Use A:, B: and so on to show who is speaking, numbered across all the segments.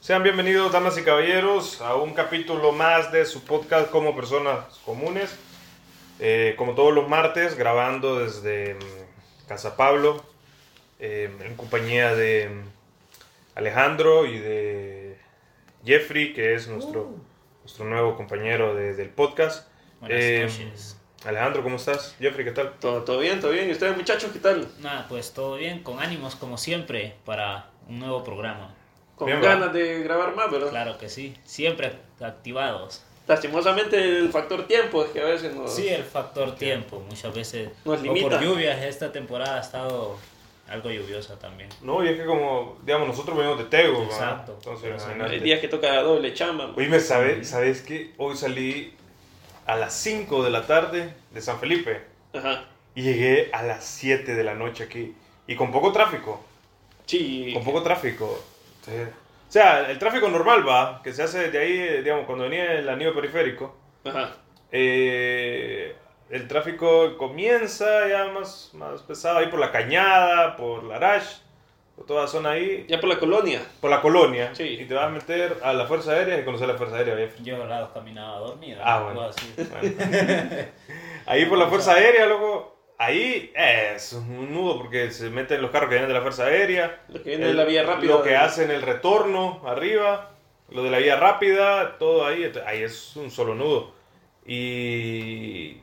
A: Sean bienvenidos, damas y caballeros, a un capítulo más de su podcast como personas comunes. Eh, como todos los martes, grabando desde mm, Casa Pablo, eh, en compañía de mm, Alejandro y de Jeffrey, que es nuestro, nuestro nuevo compañero de- del podcast.
B: Buenas
A: Eh,
B: noches.
A: Alejandro, ¿cómo estás? Jeffrey, ¿qué tal?
C: Todo, todo bien, todo bien. ¿Y ustedes, muchachos, qué tal?
B: Nada, pues todo bien, con ánimos como siempre para un nuevo programa.
C: Con
A: Bien,
C: ganas de grabar más, ¿verdad?
B: Claro que sí, siempre activados.
C: Lastimosamente, el factor tiempo es que a veces nos.
B: Sí, el factor tiempo, muchas veces.
C: Nos
B: o por
C: limita.
B: lluvias, esta temporada ha estado algo lluviosa también.
A: No, y es que como, digamos, nosotros venimos de Tego, ¿verdad?
B: Exacto.
A: Entonces,
B: Exacto.
A: imagínate.
C: Hay días que toca doble chamba.
A: Oye, ¿me sabe- ¿sabes qué? Hoy salí a las 5 de la tarde de San Felipe
C: Ajá.
A: y llegué a las 7 de la noche aquí. Y con poco tráfico,
C: Sí.
A: con poco tráfico. Entonces, o sea, el tráfico normal va, que se hace de ahí, eh, digamos, cuando venía el anillo periférico.
C: Ajá.
A: eh, el tráfico comienza ya más, más pesado, ahí por la cañada, por la Arash, por toda la zona ahí,
C: Ya por la colonia.
A: por la colonia.
C: Sí.
A: Y te vas a meter a la Fuerza Aérea y conocer la Fuerza Aérea. viejo.
B: Yo al lado caminaba dormida.
A: Ah, bueno.
B: algo así.
A: Bueno. Ahí por la Fuerza Aérea, loco. Ahí eh, es un nudo porque se meten los carros que vienen de la Fuerza Aérea.
C: Lo que viene de la vía rápida.
A: Lo que hacen el retorno arriba. Lo de la vía rápida, todo ahí. Ent- Ahí es un solo nudo. Y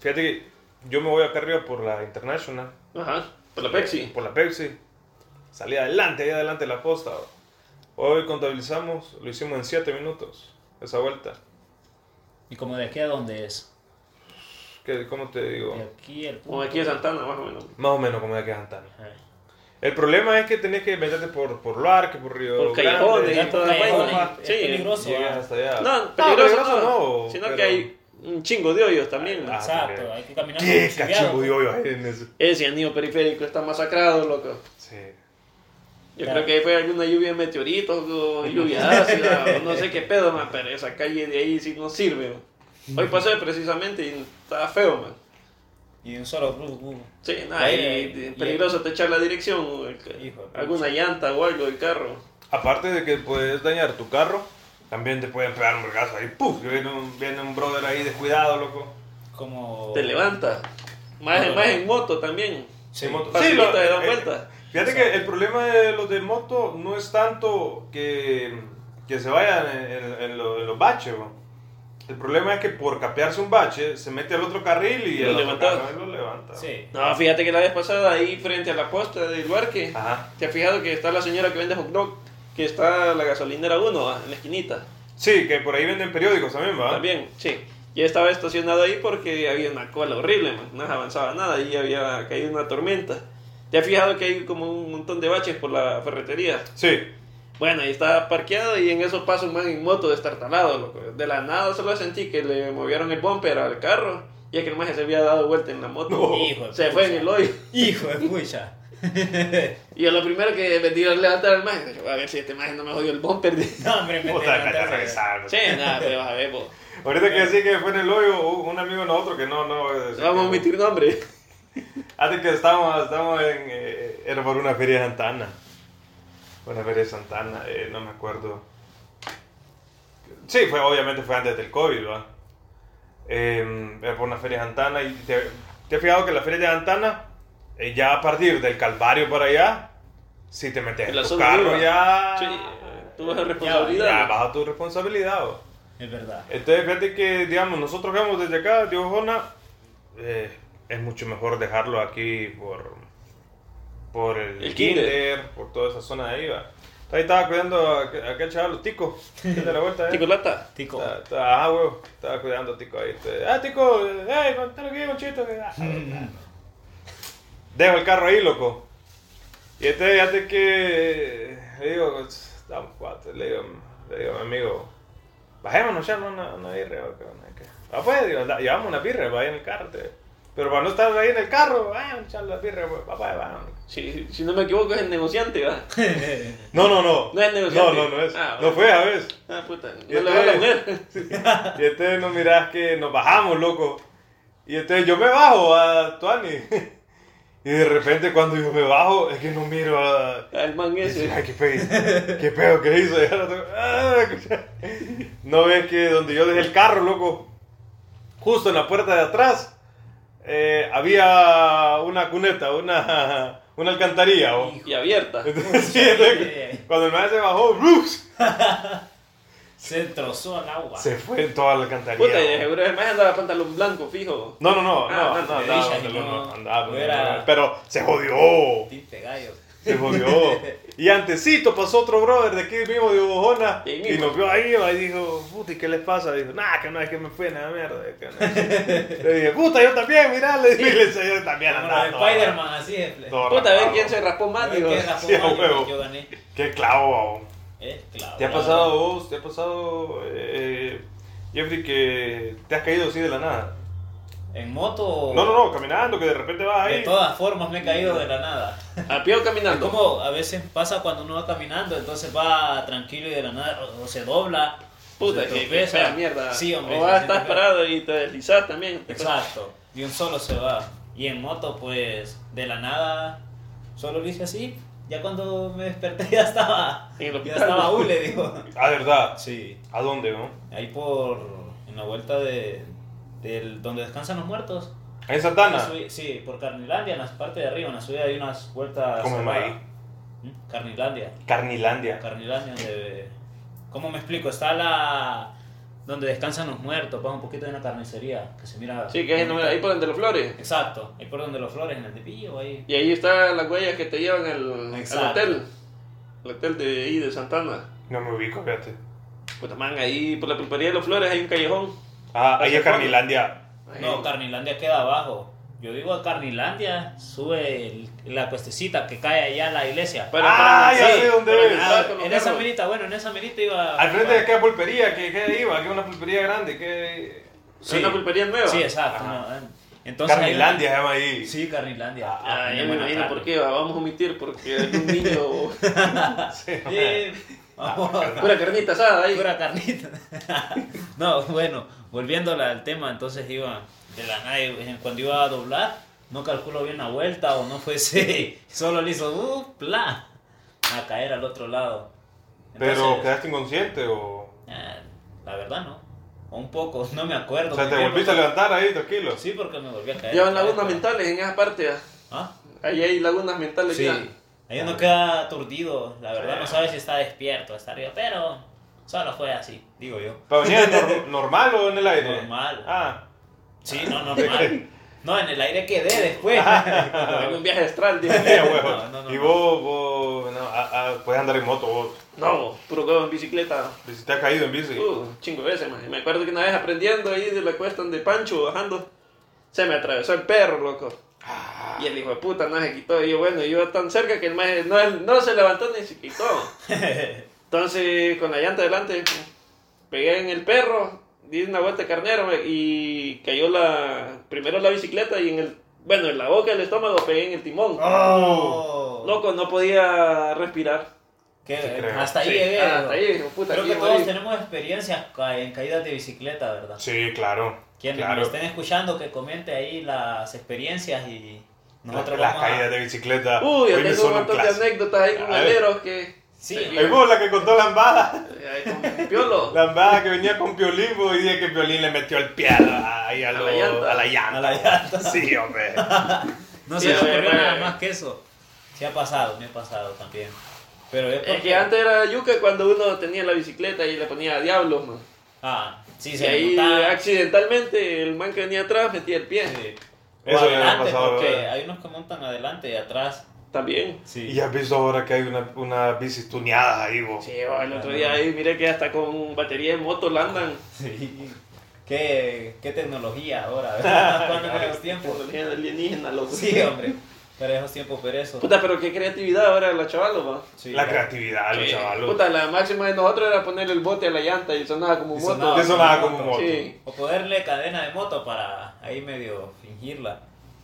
A: fíjate que yo me voy acá arriba por la International.
C: Ajá. Por la Pepsi.
A: Por la Pepsi. Salí adelante, ahí adelante de la posta. Hoy contabilizamos, lo hicimos en 7 minutos. Esa vuelta.
B: ¿Y como de aquí a dónde es?
A: ¿Qué- ¿Cómo te digo?
B: De aquí el
C: Como aquí de Santana, más o menos.
A: Más o menos como de que Antana.
B: Ajá.
A: El problema es que tenés que meterte por, por Luarque, por Río
C: Por callejones,
A: Grande,
C: y toda la
B: Callejones,
C: vaina.
B: es
C: Sí.
B: peligroso.
A: llegas
B: ah.
A: hasta allá.
C: No, peligroso no.
A: no,
C: sino
A: pero-
C: que hay un chingo de hoyos también.
A: Ah.
B: Exacto,
A: también.
B: hay que caminar.
A: ¿Qué
B: cuchillado,
A: cachimbo de
B: ¿no?
A: hoyo hay en eso?
C: Ese anillo periférico está masacrado, loco.
A: Sí.
C: Yo
B: Claro.
C: creo que ahí fue alguna lluvia de meteoritos, o lluvia ácida, o no sé qué pedo, man, pero esa calle de ahí sí no sirve. man. Hoy pasé precisamente y estaba feo, man.
B: Y de un solo bru- bru-
C: Sí, nada,
B: Ahí,
C: y-
B: ahí,
C: y peligroso te echar la dirección, o el-
B: Hijo de puta.
C: alguna llanta o algo del carro.
A: Aparte de que puedes dañar tu carro, también te pueden pegar un vergazo ahí. ¡Puf! Que viene un, viene un brother ahí descuidado, loco.
B: como.
C: Te levanta. Más,
B: Oh. No, no,
C: más
B: no.
C: en moto también.
B: Sí,
A: En moto.
C: facilita
A: lo-
C: de dar
A: eh,
C: vuelta.
A: Fíjate que el problema de los de moto no es tanto que, que se vayan en, en- en lo- en los baches, weón. El problema es que por capearse un bache se mete al otro carril y
C: Lo
A: el otro
C: levantás.
A: carril lo levanta.
B: Sí.
C: No, fíjate que la vez pasada ahí frente a la posta del Luarque,
B: Ah.
A: Ajá.
C: te has fijado que está la señora que vende hot dog, que está la gasolinera 1 ah, en la esquinita.
A: Sí, que por ahí venden periódicos también,
B: ¿Ah?
A: ¿va?
C: También, sí. Yo estaba estacionado ahí porque había una cola horrible, man. no avanzaba nada y había caído una tormenta. ¿Te has fijado que hay como un montón de baches por la ferretería?
A: Sí.
C: Bueno, y estaba parqueado y en eso pasa un man en moto destartalado, loco. De la nada solo sentí que le movieron el bumper al carro y aquel man se había dado vuelta en la moto.
A: No.
B: Hijo de
C: Se fue en
B: pucha.
C: el hoyo.
B: Hijo de pucha.
C: Y yo lo primero que me dio a levantar al man, yo, a ver si este man no me jodió el bumper.
B: No, hombre, me
A: Puta,
B: levantaste.
A: ya regresaron.
C: sí, nada, pero a ver, po.
A: Ahorita que decía que fue en el hoyo, un un amigo de nosotros que no, este, no. voy a
B: Pues
A: decir
C: vamos a
A: que-
C: omitir nombre.
A: Antes que estábamos, estábamos en. eh, era por una feria de Santana. Una feria de Santana, eh, no me acuerdo. Sí, fue, obviamente fue antes del COVID, ¿va? Eh, era por una feria de Santana y te, te has fijado que la feria de Santana, eh, ya a partir del Calvario para allá, si te metes en
C: La
A: tu
C: zona
A: carro
C: dura.
A: ya.
C: Sí, eh, tú vas a
A: Ya,
C: responsabilidad.
A: bajo tu responsabilidad, ¿va?
B: Es verdad.
A: Entonces, fíjate que, digamos, nosotros vemos desde acá, de Ojona, eh, es mucho mejor dejarlo aquí por, por el,
C: El
A: kinder,
C: kinder.
A: por toda esa zona de ahí, va. Ahí estaba cuidando a, aqu- a aquel chaval, los ticos, de la vuelta, eh.
C: Chocolata.
B: Tico.
A: Estaba- estaba- ah, huevo, estaba cuidando a tico ahí. Entonces, ah, tico, hey, contalo aquí, conchito. que- ah,
C: Mm.
A: ah. Dejo el carro ahí, loco. Y este, fíjate que. Le digo, pues, estamos cuatro. Le digo, le digo a mi amigo, bajémonos ya, no, no, no hay reo. que no hay que-". Ah, pues, digo, "la- llevamos una birra, va ahí en el carro. te- Pero para no estar ahí en el carro, vayan a echar la birra, pues, papá, vámonos.
C: Si, si no me equivoco es el negociante, ¿verdad?
A: No, no, no.
C: Eh. No es
A: No,
C: negociante.
A: no, no es.
C: Ah,
A: No
C: bueno.
A: fue a veces.
C: Ah, puta.
A: Y
C: No le va a la mujer.
A: Y entonces no mirás que nos bajamos, loco. Y entonces yo me bajo a Tuani. Y Y de repente cuando yo me bajo, es que no miro a...
C: Ah, El man
A: y dices,
C: ese.
A: Ay, qué pedo, qué pedo que hizo. Y ahora tengo- ah, escucha. No ves que donde yo dejé el carro, loco, justo en la puerta de atrás, eh, había una cuneta, una, una alcantarilla. ¿o?
C: Y abierta.
A: Entonces, sí, entonces, cuando el maestro se bajó, ¡brux!
B: Se trozó al agua.
A: se fue en toda la alcantarilla.
C: Puta, y de
A: ¿o?
C: seguro el man andaba pantalón blanco, fijo.
A: No, no, no,
C: Ah,
A: no,
C: no,
A: no,
B: te
A: andaba,
B: dije,
A: no, no,
B: no,
A: andaba,
B: fuera.
A: pero se jodió,
B: Tinte gallo.
A: se jodió. Y antesito pasó otro brother de aquí mismo de Bojona
C: Y ahí
A: y
C: mismo.
A: nos vio ahí y dijo, puta, ¿y qué les pasa? Dijo, nah, que no es que me fui en la mierda. que no". Le dije, puta, yo también, mirá, le dije, y le enseñé, yo también
B: Como los de
A: andaba.
B: Spider-Man, así es. ple.
A: todo
C: Puta, a
A: raspado.
C: ver quién se raspó más,
B: Yo
C: digo.
B: que era
A: Sí, a
B: fumado,
A: huevo.
B: Yo gané.
A: Qué clavo, babón.
B: Eh, claro.
A: ¿Te ha pasado vos? ¿Te ha pasado, eh, Jeffrey, que te has caído así de la nada?
B: En moto.
A: No, no, no, caminando, que de repente vas
B: De
A: ahí.
B: todas formas me he caído de la nada.
C: A pie o caminando.
B: Como a veces pasa cuando uno va caminando, entonces va tranquilo y de la nada, o, o se dobla.
C: Puta,
B: se
C: que que
B: tropeza.
C: fea mierda.
B: Sí, hombre.
C: O
B: se
C: vas,
B: siente
C: estás
B: feo.
C: parado y te deslizás también.
B: Exacto. De un solo se va. Y en moto, pues, de la nada, solo lo hice así. Ya cuando me desperté ya estaba.
C: En el
B: Ya
C: hospital.
B: estaba hule, digo.
A: Ah, de verdad.
B: Sí.
A: ¿A dónde, no?
B: Ahí por. En la vuelta de. Del, donde descansan los muertos.
A: ¿En Santana?
B: Subí- Sí, por Carnilandia, en la parte de arriba, en la subida hay unas vueltas.
A: ¿Cómo se llama
B: cerradas.
A: ahí?
B: ¿Mm? Carnilandia.
A: Carnilandia.
B: Carnilandia, donde. ¿Cómo me explico? Está la. Donde descansan los muertos, va un poquito de una carnicería que se mira.
C: Sí, que es el número- ahí por entre los flores.
B: Exacto, ahí por donde los flores, en el tepillo, ahí.
C: Y ahí están las huellas que te llevan al, al
B: Exacto.
C: hotel. El hotel de ahí, de Santana.
A: No me ubico, fíjate.
C: Puta, man, ahí por la pulpería de los flores hay un callejón.
A: Ah, ahí
C: ¿Hacia
A: es Carnilandia.
C: Ahí.
B: No, Carnilandia queda abajo. Yo digo a Carnilandia, sube el- la cuestecita que cae allá a la iglesia.
C: Pero-
A: ah,
C: pero-
A: ya
B: sí,
A: sé dónde
C: pero
A: es.
C: nada.
B: Ah,
C: estaba con los
B: en esa
C: carros.
B: mirita, bueno, en esa mirita iba.
A: Al frente de aquella pulpería, que, que iba, que es una pulpería grande, que...
C: ¿Es una pulpería nueva?
B: Sí, exacto.
A: Ajá.
B: no, Entonces,
A: Carnilandia se llama ahí.
B: Sí, Carnilandia.
C: Ah, ya
B: Muy
C: me
B: buena
C: imagino
B: carne.
C: por qué. va, Vamos a omitir porque algún niño.
A: Sí, hombre.
B: Bien. Vamos,
A: Ah,
C: Pura carnita asada ahí.
B: pura carnita. no, bueno, volviendo al tema, entonces iba de la nada, y cuando iba a doblar, no calculó bien la vuelta o no fuese, solo le hizo, uh, pla, a caer al otro lado. Entonces,
A: Pero, ¿quedaste inconsciente o...?
B: eh, la verdad no, o un poco, no me acuerdo.
A: O sea, te
B: muy bien,
A: volviste a levantar ahí, tranquilo.
B: Sí, porque me volví a caer.
C: Llevan
B: otra vez,
C: lagunas
B: pero-
C: mentales en esa parte. ah.
B: ¿Ah?
C: Ahí hay lagunas mentales
B: Sí.
C: ya. Ah.
B: Ahí uno queda aturdido, la verdad,
A: Sí.
B: no sabe si está despierto, está arriba, pero solo fue así, digo yo.
A: ¿Pero venía nor- normal o en el aire?
B: Normal.
A: Ah,
B: Sí, no, normal. No, en el aire quedé después.
C: Tengo un viaje astral, digo.
A: sí, a huevo.
B: No, no, no,
A: y
B: no.
A: vos, vos... no, ah, ah, puedes andar en moto, vos.
C: No, puro huevo en bicicleta.
A: Si te has caído en bici.
C: Uh, chingo de veces, man. Me acuerdo que una vez aprendiendo ahí de la cuesta de Pancho, bajando, se me atravesó el perro, loco.
B: Ah.
C: Y el hijo de puta no se quitó. Y yo, bueno, yo iba tan cerca que el maje no, no se levantó ni se quitó. Entonces, con la llanta delante, pegué en el perro, di una vuelta de carnero me- y cayó la primero la bicicleta y en el, bueno, en la boca del estómago pegué en el timón.
B: Oh.
C: Loco, no podía respirar.
B: Que-
A: Sí, creo.
B: hasta ahí
A: Sí.
B: llegué.
C: Ah,
B: bro.
C: hasta ahí, hijo de puta.
B: Creo
C: aquí
B: que
C: me
B: todos
C: morí.
B: tenemos experiencias ca- en caídas de bicicleta, ¿verdad?
A: Sí, claro.
B: Quienes
A: claro.
B: nos estén escuchando, que comente ahí las experiencias y nosotros
A: las
B: vamos a-
A: caídas de bicicleta.
C: Uy, yo
A: hoy me
C: tengo
A: son
C: un montón de
A: clásico.
C: anécdotas ahí con
A: A ver.
C: aleros que.
B: Sí.
C: se-
A: Es vos la que contó la embada.
C: ahí con Piolo.
A: La embada que venía con Piolín, vos, y dije que Piolín le metió el pie a la, ahí a
C: la
A: lo-
C: llanta.
A: a la llanta.
B: A la llanta.
A: Sí, hombre.
B: No
C: Sí, eh.
B: se me
C: la
B: ocurrió
C: verdad.
B: nada más que eso. Sí ha pasado, me ha pasado también. Pero es
C: Es
B: porque...
C: que antes era yuca cuando uno tenía la bicicleta y le ponía diablos, man.
B: Ah, sí,
C: Y
B: se
C: ahí
B: notaba.
C: accidentalmente el man que venía atrás metía el pie.
B: Sí. O
A: Eso ya me ha
B: adelante,
A: pasado,
B: porque
A: ¿verdad?
B: hay unos que montan adelante y atrás.
C: También.
B: Sí.
A: Y has visto ahora que hay una, una bicis tuneadas ahí, vos.
C: Sí, va, el otro día ahí miré que hasta con batería de moto la andan.
B: Sí. Qué, qué tecnología ahora, ¿verdad? Cuando en esos tiempos.
C: Tecnología alienígena, loco.
B: Sí, hombre. Pero esos tiempos perezosos.
C: Puta, pero qué creatividad ahora la chavalos, man.
B: Sí,
A: la
B: ya.
A: creatividad, los
C: Sí.
A: chavalos.
C: Puta, la máxima de nosotros era ponerle el bote a la llanta y sonaba como
B: Y
C: moto.
B: sonaba.
A: Que sonaba como
B: Sí.
A: moto.
C: Sí.
B: O ponerle cadena de moto para ahí medio fingirla.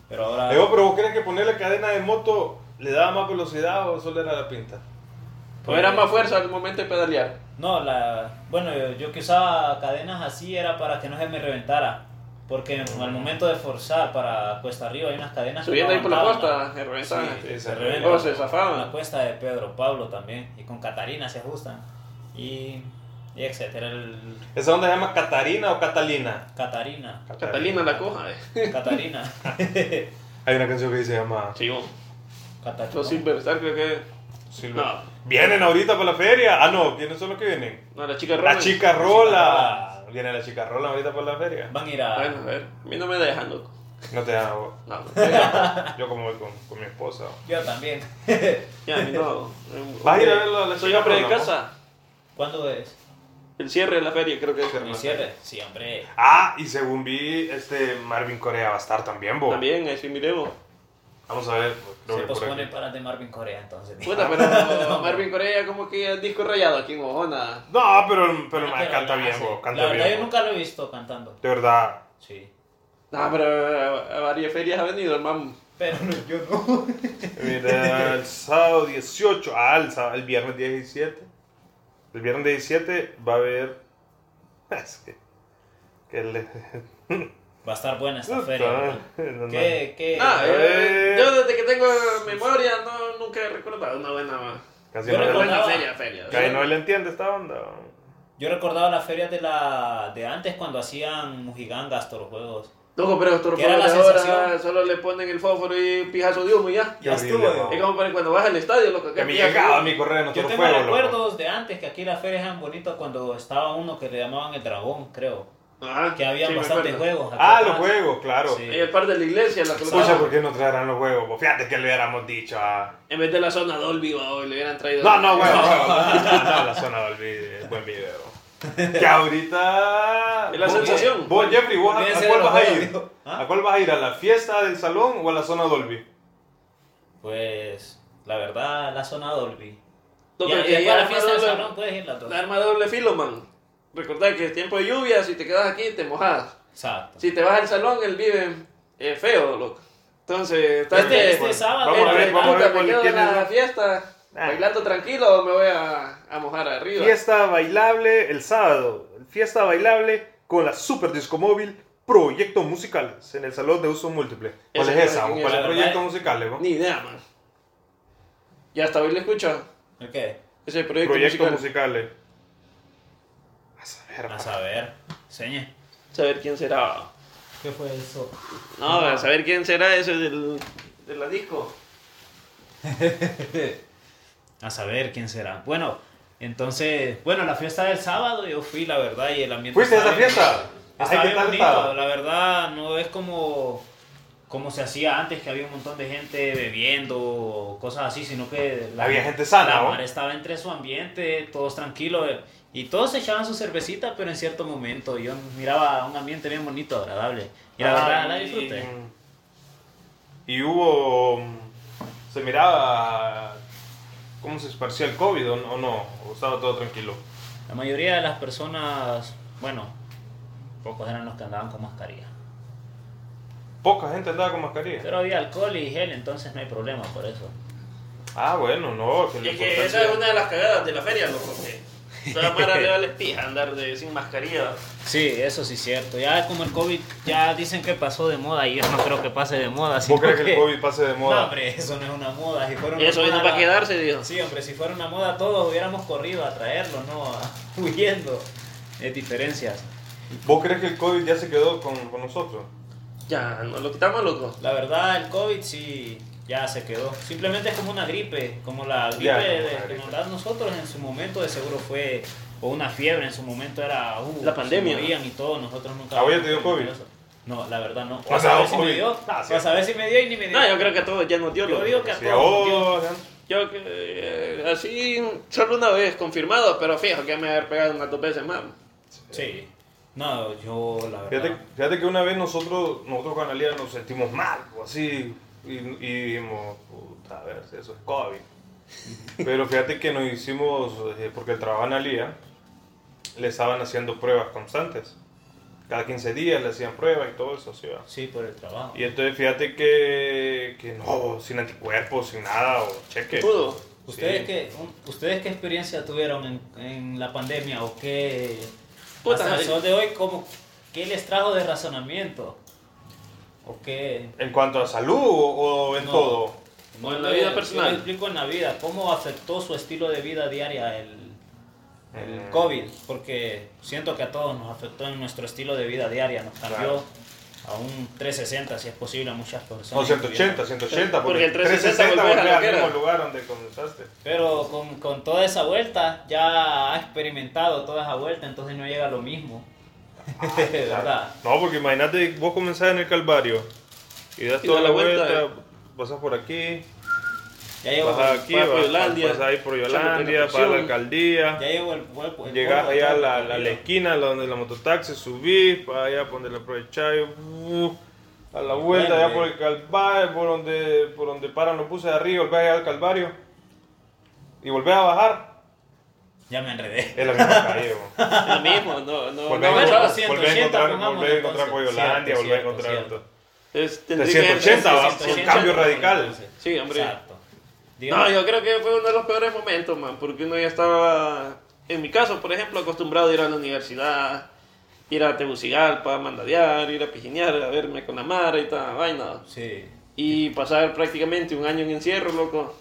B: Pero ahora.
A: Eh, vos, pero vos crees que ponerle cadena de moto le daba más velocidad o solo era la pinta?
C: O Pues era más fuerza al momento de pedalear.
B: No, la. Bueno, yo, yo que usaba cadenas así era para que no se me reventara. Porque al momento de forzar para cuesta arriba hay unas cadenas. que
C: Subiendo ahí por la
B: aguantaban,
C: costa, se
B: ¿no?
C: reventaban.
B: Sí,
A: Sí,
B: se
A: se
B: reventan.
C: Oh, se zafaban.
B: La cuesta de Pedro Pablo también. Y con Catarina se ajustan. Y, y etcétera. El
A: ¿Esa onda se llama Catarina o Catalina?
B: Catarina.
C: Catalina la coja, eh.
B: Catarina.
A: Hay una canción que se llama
C: Sí, vos. Los
B: Catarina.
C: Silverstar creo que.
A: Silver.
C: No.
A: Vienen ahorita para la feria. Ah, no, ¿quiénes son los que vienen?
C: No, la chica
A: La
C: Roman.
A: chica
B: Rola.
A: rola. Viene la chica rola ahorita para la feria.
B: Van a ir a.
C: Bueno, a ver. A mí no me dejan, loco.
A: No te hago.
C: No, no me dejan.
A: Yo como voy con, con mi esposa.
B: Yo también.
C: Ya, a mí no.
A: ¿Vas a ir a ver la- la
C: Soy
A: chica
C: hombre de
A: Rola,
C: casa.
B: ¿Cuándo es?
C: El cierre de la feria, creo que es.
A: Cierre.
B: ¿El cierre? Sí, hombre.
A: Ah, y según vi, este Marvin Corea va a estar también, bo.
C: También, ahí sí miremos.
A: Vamos a ver. creo
B: Se
A: que por
B: pospone
A: aquí.
B: para el de Marvin Corea entonces.
C: Puta, pero Marvin Corea como que el disco rayado aquí en Mojona.
A: No, pero, pero
B: Ah,
A: man, canta
B: la
A: bien,
B: hace.
A: bo. Canta
B: La verdad,
A: bien. bo.
B: yo nunca lo he visto cantando.
A: De verdad.
B: Sí.
C: No, pero a varias ferias ha venido el mam.
B: Pero yo no.
A: Mira, el sábado 18, ah, el, sábado- el viernes 17. El viernes 17 va a haber. Es que. que le-
B: Va a estar buena esta feria. ¿verdad?
A: No, no.
B: ¿Qué, qué?
C: Nah,
A: Eh.
C: eh, yo desde que tengo memoria no, nunca he recordado una buena,
A: Casi no,
B: Yo
C: una
A: le-
C: buena
B: recordaba-
C: feria, feria.
A: casi no le entiende esta onda.
B: Yo recordaba las ferias de la de antes cuando hacían mujigangas, juegos.
C: Loco, pero estos
B: ¿Qué era la
C: de ahora
B: sensación?
C: solo le ponen el fósforo y pijazo de humo y ya.
A: Qué
B: Ya
A: horrible,
B: estuvo,
A: bo.
C: Es como para cuando vas al estadio, loco.
A: Que me
C: pijazo de
A: llegaba
C: humo.
A: mi correo en
B: Yo
A: otro
B: tengo
A: fuego, loco.
B: recuerdos de antes que aquí las ferias eran bonitas cuando estaba uno que le llamaban el dragón, creo.
C: Ajá,
B: Que había
C: sí, me
B: bastantes
C: acuerdo.
B: juegos. aquí
A: Ah,
B: atrás.
A: los juegos, claro.
B: Sí.
C: Y el par de la iglesia, la
A: Escucha,
C: colocaban.
A: ¿por qué no traerán los juegos? bo? Fíjate que le hubiéramos dicho a.
C: En vez de la zona Dolby, va, hoy le hubieran traído.
A: No, no, bueno, bueno, no, no, la zona del video, buen video. Que ahorita.
C: Es la
A: vos-
C: sensación.
A: Vos, Jeffrey, vos, ¿a,
B: Olvídense
A: a
B: de
A: cuál
B: los
A: vas a
B: juegos,
A: ir?
B: dijo. ¿Ah?
A: ¿A cuál vas a ir? ¿A la fiesta del salón o a la zona Dolby?
B: Pues, la verdad, la zona Dolby.
C: Loco,
B: y
C: que
B: y después
C: allá
B: la
C: arma
B: fiesta del
C: doble-
B: salón puedes ir las dos.
C: La arma de doble filo, man. Recordad que es tiempo de lluvia, si te quedas aquí te mojas.
B: Exacto.
C: Si te vas al salón, él vive eh, feo, loco. Entonces, estás
B: Este-
C: de-
B: este
C: puta,
B: sábado,
A: Vamos a
B: eh,
A: ver, vamos a ver
C: me
A: cuál
C: quedo en
A: quién
C: la
A: es.
C: fiesta
A: Ah.
C: bailando tranquilo o me voy a, a mojar arriba.
A: Fiesta bailable el sábado. Fiesta bailable con la Super Disco Móvil Proyectos Musicales en el Salón de Uso Múltiple. ¿Cuál
C: Ese
A: es esa?
C: no
A: ¿O
C: es
A: ¿Cuál es
B: esa,
A: Proyectos
B: ¿verdad?
A: Musicales? vos?
C: Ni idea, man. Ya hasta hoy le escucho
B: ¿El qué?
C: ese proyecto,
A: Proyectos
C: musical.
A: Musicales. eh. A saber,
B: A
A: pa.
B: saber. Señe.
C: Saber quién será.
B: ¿Qué fue eso?
A: Ah.
C: No, a saber quién será ese del, de la disco.
B: A saber quién será. Bueno, entonces, bueno, la fiesta del sábado yo fui, la verdad, y el ambiente.
A: ¿Fuiste a
B: estaba
A: esa
B: bien-
A: fiesta? Ay,
B: Estaba
A: ¿qué
B: bien
A: tal
B: bonito,
A: estaba?
B: la verdad, no es como, como se hacía antes, que había un montón de gente bebiendo, o cosas así, sino que...
A: Había gente sana,
B: La
A: ¿no?
B: mar estaba entre su ambiente, todos tranquilos, eh, y todos se echaban su cervecita, pero en cierto momento yo miraba un ambiente bien bonito, agradable, y la
A: Ah,
B: verdad la
A: y-
B: disfruté.
A: Y hubo. mm, Se miraba. ¿Cómo se esparcía el COVID o no? ¿O no? ¿O estaba todo tranquilo?
B: La mayoría de las personas, bueno, pocos eran los que andaban con mascarilla.
A: Poca gente andaba con mascarilla.
B: Pero había alcohol y gel, entonces no hay problema por eso.
A: Ah, bueno, no. Que
C: Y
A: lo
C: es que
A: importante-
C: esa es una de las cagadas de la feria, loco. que Toda mara le vale pija andar de, sin mascarilla.
B: Sí, eso sí es cierto. Ya como el COVID, ya dicen que pasó de moda y yo no creo que pase de moda.
A: ¿Vos
B: sino
A: crees que
B: que-
A: el COVID pase de
B: No,
A: moda?
B: hombre, eso no es una moda. Si fuera una
C: Eso vino
B: moda,
C: para
B: la-
C: quedarse, dijo.
B: Sí, hombre, si fuera una moda todos hubiéramos corrido a traerlo, no a- huyendo. Es diferencias.
A: ¿Vos crees que el COVID ya se quedó con, con nosotros?
C: Ya, nos lo quitamos, loco.
B: La verdad, el COVID sí ya se quedó. Simplemente es como una gripe, como la gripe
A: Ya,
B: de-
A: como
B: que
A: una gripe.
B: nos da a nosotros en su momento de seguro fue, o una fiebre en su momento era, uh,
C: La pandemia,
B: se morían y todo, nosotros nunca...
A: ¿A Ah, vos ya te dio COVID?
B: No, la verdad no.
A: O sea,
B: a saber
A: ¿o
B: si me
A: COVID?
B: dio,
A: Ah, sí.
B: a saber si me dio y ni me dio.
C: No, yo creo que a todos Ah, ya nos dio,
B: Yo
C: loco.
B: digo que-
A: Sí, oh,
B: todo,
A: ahora-
C: Yo que, eh, así, solo una vez confirmado, pero fijo que me va a haber pegado unas dos veces más.
B: Sí. No, yo la verdad...
A: Fíjate, fíjate que una vez nosotros, nosotros con Analia nos sentimos mal, o así, y, y dijimos, puta, a ver si eso es COVID. Pero fíjate que nos hicimos, eh, porque el trabajo de Analia, le estaban haciendo pruebas constantes. Cada 15 días le hacían pruebas y todo eso, sí, va.
B: Sí, por el trabajo.
A: Y entonces fíjate que, que no, sin anticuerpos, sin nada, o cheque.
C: Pudo.
B: ¿Ustedes,
A: Sí.
B: qué, un- ¿Ustedes qué experiencia tuvieron en, en la pandemia o qué...
C: Puta,
B: hasta el
C: Javi.
B: sol de hoy, ¿cómo, ¿Qué les trajo de razonamiento? ¿O qué?
A: ¿En cuanto a salud o, o en
B: No.
A: todo?
C: O en
B: No,
C: la vida
B: yo-
C: personal.
B: yo lo explico en la vida, cómo afectó su estilo de vida diaria el, el
A: Mm.
B: COVID, porque siento que a todos nos afectó en nuestro estilo de vida diaria, nos cambió
A: Claro.
B: a un 360 si es posible a muchas personas.
A: No, 180, 180, porque,
C: Porque el 360
A: volvés
C: volvés a lo
A: al
C: que
A: mismo
C: era.
A: lugar donde comenzaste.
B: Pero con, con toda esa vuelta, ya ha experimentado toda esa vuelta, entonces no llega a lo mismo. ¿Verdad?
A: No, porque imagínate, vos comenzás en el Calvario y das
C: Y
A: toda la
C: da la
A: vuelta,
C: vuelta,
A: pasas por aquí,
B: Ya llevo,
A: pasas aquí,
C: vas por
A: vas-
C: Yolandia,
A: pasas ahí por
C: echándote
A: Yolanda,
C: una
A: para la
C: porción.
A: alcaldía.
B: ya llevo el, cuerpo. el
A: Llegás
B: polvo
A: allá a
B: todo
A: la, la, la
B: perdido.
A: esquina la donde la mototaxi, subís para allá por donde la aprovecháis, uh, a la vuelta allá por el Calvario, por donde, por donde paran los buses de arriba, volvés allá al Calvario y volvés a bajar.
B: Ya me enredé.
A: Es la misma calle, bo.
C: Lo mismo, no, no,
A: Volvés a encontrar-
B: bueno,
C: no avanzas.
B: sí. 180,
A: volvés a encontrar,
B: pongamos,
A: volvés a encontrar
B: entonces.
A: Coyolandia,
B: Cierto,
A: volvés a
B: cierto,
A: encontrar
B: cierto.
A: otro.
C: Es-
A: De
C: tendría que-
A: 180 va,
C: Sí,
A: un cambio radical.
C: Sí, hombre.
B: Exacto.
C: No,
B: Digamos,
C: yo creo que fue uno de los peores momentos, man, porque uno ya estaba, en mi caso, por ejemplo, acostumbrado a ir a la universidad, ir a Tegucigalpa, a mandadear, ir a pijinear, a verme con la mara y toda la vaina.
B: Sí,
C: Y pasar prácticamente un año en encierro, loco.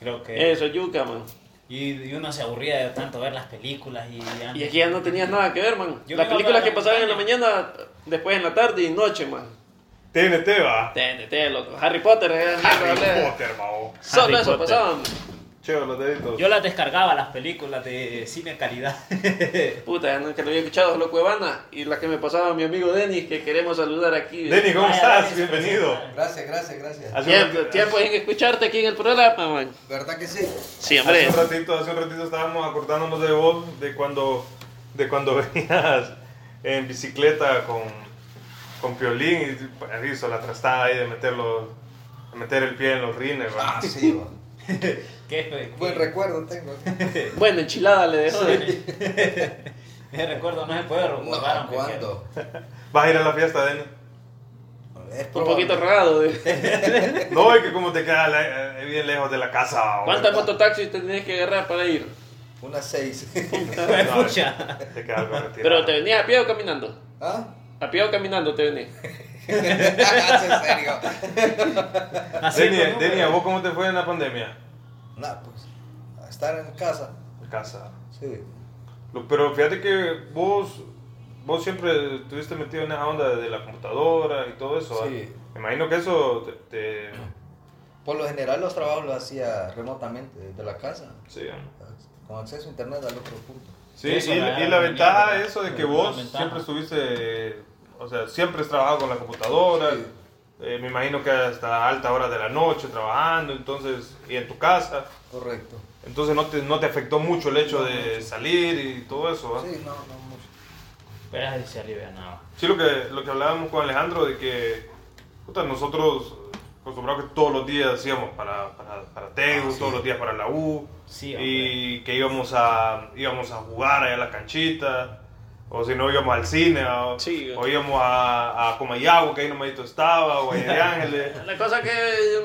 B: creo que...
C: Eso, es yuca, man.
B: Y, y uno se aburría de tanto ver las películas y ya...
C: Y aquí ya no tenías nada que ver, man.
B: Yo me
C: Las
B: iba
C: películas
B: para
C: que
B: la
C: pasaban en la
B: montaña.
C: mañana, después en la tarde y noche, man.
A: TNT va.
C: TNT, loco. Harry Potter, eh.
B: Ah,
A: Harry
C: hablé.
A: Potter, mao.
C: Solo
B: Harry
C: eso
B: Potter.
C: pasaban. man.
A: Chévere los deditos.
B: Yo las descargaba, las películas de cine calidad.
C: Puta, ya nunca lo había escuchado, loco, Cuevana. Y la que me pasaba mi amigo Denis, que queremos saludar aquí.
A: Denny, ¿cómo
B: Vaya,
A: estás?
B: Denny,
A: Bienvenido.
D: Gracias, gracias, gracias.
A: Hace un
C: Tiempo,
A: ratito-
C: tiempo en escucharte aquí en el programa, man.
D: ¿Verdad que sí?
C: Sí, hombre.
A: Hace un ratito, hace un ratito estábamos acordándonos de vos, de cuando, de cuando venías en bicicleta con, con Piolín y ahí hizo la trastada ahí de meterlo, de meter el pie en los rines, va.
D: Ah, sí, va.
B: Qué fe-
D: Buen
B: qué-
D: recuerdo tengo.
C: Bueno, enchilada le dejó. eh.
B: Me recuerdo, no se puede
D: No,
B: recordar. aunque
D: ¿cuándo?
A: ¿Vas a ir a la fiesta, Denny?
D: Es
C: Un
D: probable.
C: poquito raro. eh.
A: No, es que como te queda la- eh, bien lejos de la casa, va,
C: ¿Cuántas mototaxis tenías que agarrar para ir?
D: Unas seis.
B: quiera.
A: No,
B: Pucha.
A: Te queda algo retirado.
C: ¿Pero te venías a pie o caminando?
D: ¿Ah?
C: A pie o caminando te venías.
D: ¿Es en serio?
B: Haciendo
A: Denny,
B: números.
A: Denny, ¿a vos cómo te fue en la pandemia?
D: No, pues. a Estar en casa.
A: En casa.
D: Sí.
A: Lo- Pero fíjate que vos, vos siempre estuviste metido en esa onda de la computadora y todo eso. ¿va?
D: Sí.
A: Me imagino que eso te... te-
D: Por lo general los trabajos los hacía remotamente, desde la casa,
A: sí, ¿no?
D: con acceso a internet al otro punto.
A: Sí,
B: Eso,
A: y,
B: la-
A: la, y la
B: la
A: ventaja
B: mierda.
A: de eso de que
B: La
A: vos
B: ventaja.
A: siempre estuviste, o sea, siempre has trabajado con la computadora,
D: Sí.
A: eh, me imagino que hasta alta hora de la noche trabajando, entonces, y en tu casa,
D: Correcto.
A: entonces no te, no te afectó mucho el hecho de salir y todo eso. ¿va?
D: Sí, no, no mucho.
B: Pero ahí se alivianaba.
A: Sí, lo que, lo que hablábamos con Alejandro de que puta, nosotros acostumbrados que todos los días hacíamos para, para, para Tegu,
D: Ah, sí.
A: todos los días para la U,
B: Sí,
A: y que íbamos a, íbamos a jugar allá a la canchita, o si no íbamos al cine, o,
C: Sí,
A: o íbamos a, a Comayagua, que ahí no me estaba, o a Valle de Ángeles.
C: La cosa que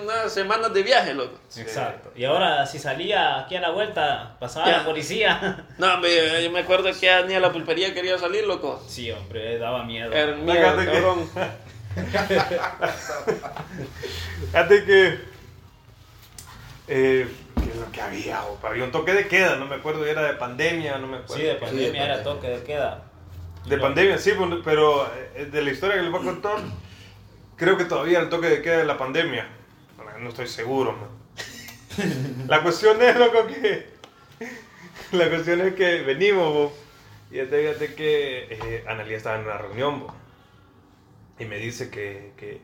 C: unas semanas de viaje, loco.
B: Exacto. Y ahora, si salía aquí a la vuelta, pasaba
C: Ya.
B: la policía.
C: No, me, yo me acuerdo que ni a la pulpería quería salir, loco.
B: Sí, hombre, daba miedo.
C: Era miedo,
A: Fíjate que-
C: cabrón.
A: Fíjate que. Eh, ¿Qué es lo que había? o? Había un toque de queda, no me acuerdo, era de pandemia, no me acuerdo.
B: Sí, de pandemia
D: pandemia.
B: era toque de queda.
A: De pandemia, sí, pues, pero eh, de la historia que les voy a contar, creo que todavía el toque de queda de la pandemia. No estoy seguro, man. La cuestión es, loco, que. La cuestión es que venimos, bo, y este, fíjate que eh, Analia estaba en una reunión, bo, y me dice que, que.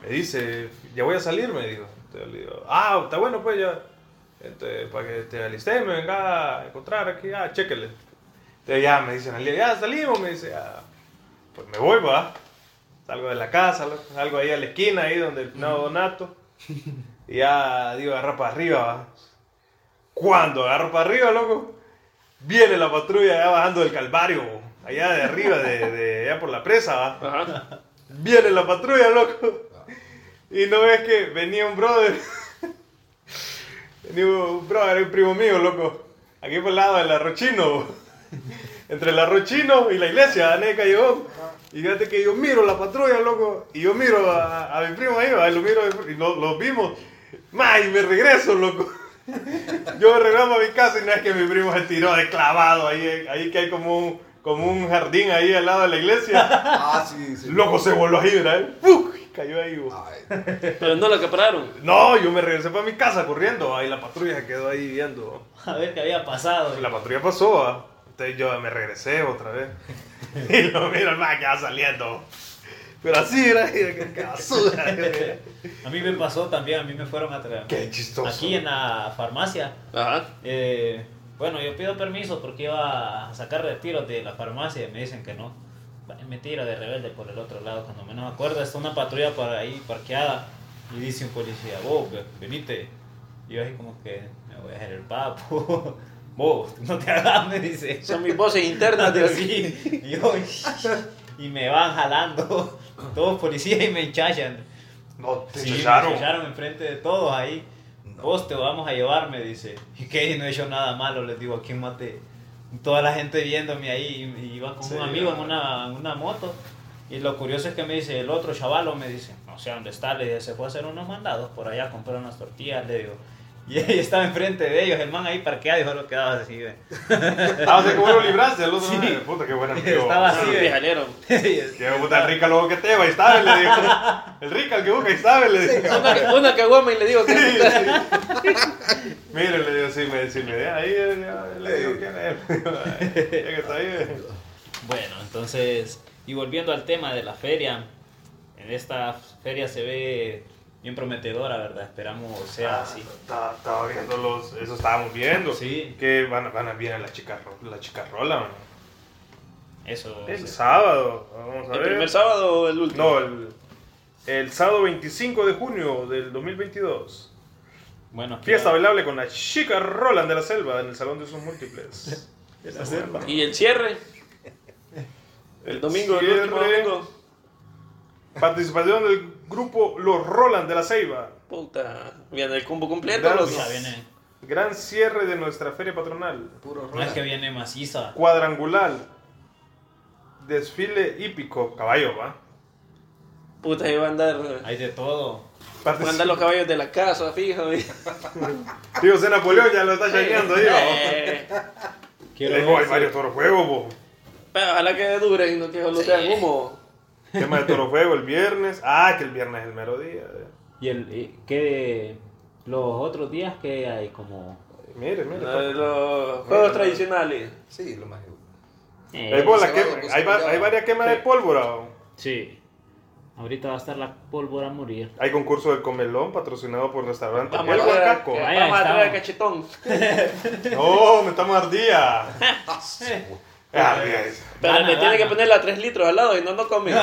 A: Me dice, ya voy a salir, me dijo. Entonces le digo, ah, está bueno, pues ya. Entonces, para que te alisté, me venga a encontrar aquí, ah, chéquele. Entonces ya me dicen, ya salimos, me dice, "Ah, pues me voy, va. Salgo de la casa, lo- salgo ahí a la esquina, ahí donde el pinado Donato. Y ya digo, agarra para arriba, va. Cuando agarro para arriba, loco, viene la patrulla allá bajando del Calvario, bo, allá de arriba, de, de allá por la presa, va.
C: Ajá.
A: Viene la patrulla, loco. Y no ves que venía un brother. Venía un brother, un primo mío, loco. Aquí por el lado del arrochino. bo. Entre el arrochino y la iglesia, Aneca llegó. Y fíjate que yo miro la patrulla, loco. Y yo miro a, a mi primo ahí, va, y lo miro y lo, lo vimos. Ma, y me regreso, loco. Yo me regreso a mi casa y no es que mi primo se tiró de clavado ahí, ahí que hay como un, como un jardín ahí al lado de la iglesia.
D: Ah, sí, sí.
A: Loco se voló ¿eh? ahí, ¿verdad? ¡Puf! Cayó ahí, bo.
D: Ay,
C: Pero no lo compraron.
A: No, yo me regresé para mi casa corriendo, va, y la patrulla se quedó ahí viendo. va.
B: A ver qué había pasado.
A: La patrulla pasó, ¿va? entonces yo me regresé otra vez. Y lo miro, el más que va saliendo. Pero así era, y de que que basura. eh.
B: A mí me pasó también, a mí me fueron a traer.
A: Qué chistoso.
B: Aquí en la farmacia.
C: Ajá.
B: eh, bueno, yo pido permiso porque iba a sacar retiros de la farmacia y me dicen que no. Me tiro de rebelde por el otro lado, cuando menos me acuerdo. Está una patrulla por ahí parqueada y dice un policía, vos, ve- venite. Y yo así como que me voy a hacer el papo. Vos, no te hagas, me dice.
C: Son mis voces internas de aquí.
B: Sí, y, yo, y me van jalando todos policías y me enchachan.
A: No, te
B: Sí, me
A: echaron.
B: enchacharon enfrente de todos ahí. Vos te vamos a llevar, me dice. Y que no he hecho nada malo, les digo, ¿a quién maté? Toda la gente viéndome ahí, y- y iba con
A: Sí,
B: un amigo en
A: ajá.
B: una, en una moto. Y lo curioso es que me dice, el otro chavalo me dice, no sé dónde está, le dije, se fue a hacer unos mandados por allá, comprar unas tortillas, le digo. Y ahí estaba enfrente de ellos, el man ahí parqueado y solo quedaba así, ve.
A: Ah, o sea, que vos lo libraste al otro
B: Sí.
A: madre. Puta, qué buen amigo.
B: Estaba
C: Ah,
B: así, ve.
C: pijalero.
A: Qué puta el rica loco que te va, ahí sabe, le digo. El rica, el que busca, ahí sabe, le digo.
C: Una que- Una caguama y le digo que
A: Mire, le digo, si me, si me deja ahí, eh, ya, le digo quién es. Ya que está ahí. eh.
B: Bueno, entonces, y volviendo al tema de la feria, en esta feria se ve bien prometedora, ¿verdad? Esperamos
A: Ah.
B: sea así.
A: Estaba, estaba viendo los. Eso estábamos viendo.
B: Sí.
A: Que van, van a vienen las chicas, ro- las chicas rola, man.
B: Eso.
A: El
B: sí.
A: sábado, vamos a
C: ¿El
A: ver.
C: primer sábado o el último?
A: No, el, el sábado 25 de junio del 2022.
B: Bueno, aquí
A: Fiesta
B: va-
A: bailable con la chica Roland de la Selva en el Salón de sus Múltiples.
B: la selva.
C: ¿Y el cierre? El domingo, el último
A: Cierre.
C: domingo.
A: Participación del grupo Los Roland de la Ceiba.
C: Puta, viene el combo completo.
A: Dale,
C: loco.
B: o sea, viene.
A: Gran cierre de nuestra feria patronal.
D: puro
B: No es
D: rola.
B: que viene maciza.
A: Cuadrangular. Desfile hípico. Caballo, va.
C: Puta, ahí va a andar.
B: Hay de todo.
C: Van a andar los caballos de la casa, fijo. y-
A: Digo, C. Napoleón ya lo está chaneando, digo.
C: Eh,
A: Le digo, Eh, hay
B: ver
A: varios toros fuego, bo.
C: pero ojalá que duren y no que solo sean humo.
A: Tema de Toro Fuego el viernes. Ah, que el viernes es el mero día. eh.
B: si- Y el y que los otros días que hay como
A: Mire, mire. pues.
C: La
A: toca.
C: de eh, Los juegos tradicionales.
D: Sí, lo más seguro.
B: Eh,
A: Ahí vos la
D: se
A: quema-
D: vaya, pues,
A: hay, va-
D: cuidado.
A: hay varias quemas de pólvora. bo.
B: Sí. Ahorita va a estar la pólvora a morir.
A: Hay concurso del comelón patrocinado por restaurante
C: Vamos
A: El
C: a traer,
A: Huacaco.
C: que-
B: Ahí
C: vamos a traer
B: estamos.
C: cachetón.
A: No, me estamos ardía.
D: Ah,
A: Ardía es.
C: Pero
B: Gana,
C: le tiene
B: gana.
C: que ponerle a 3 litros al lado y no, no come.
A: Sí.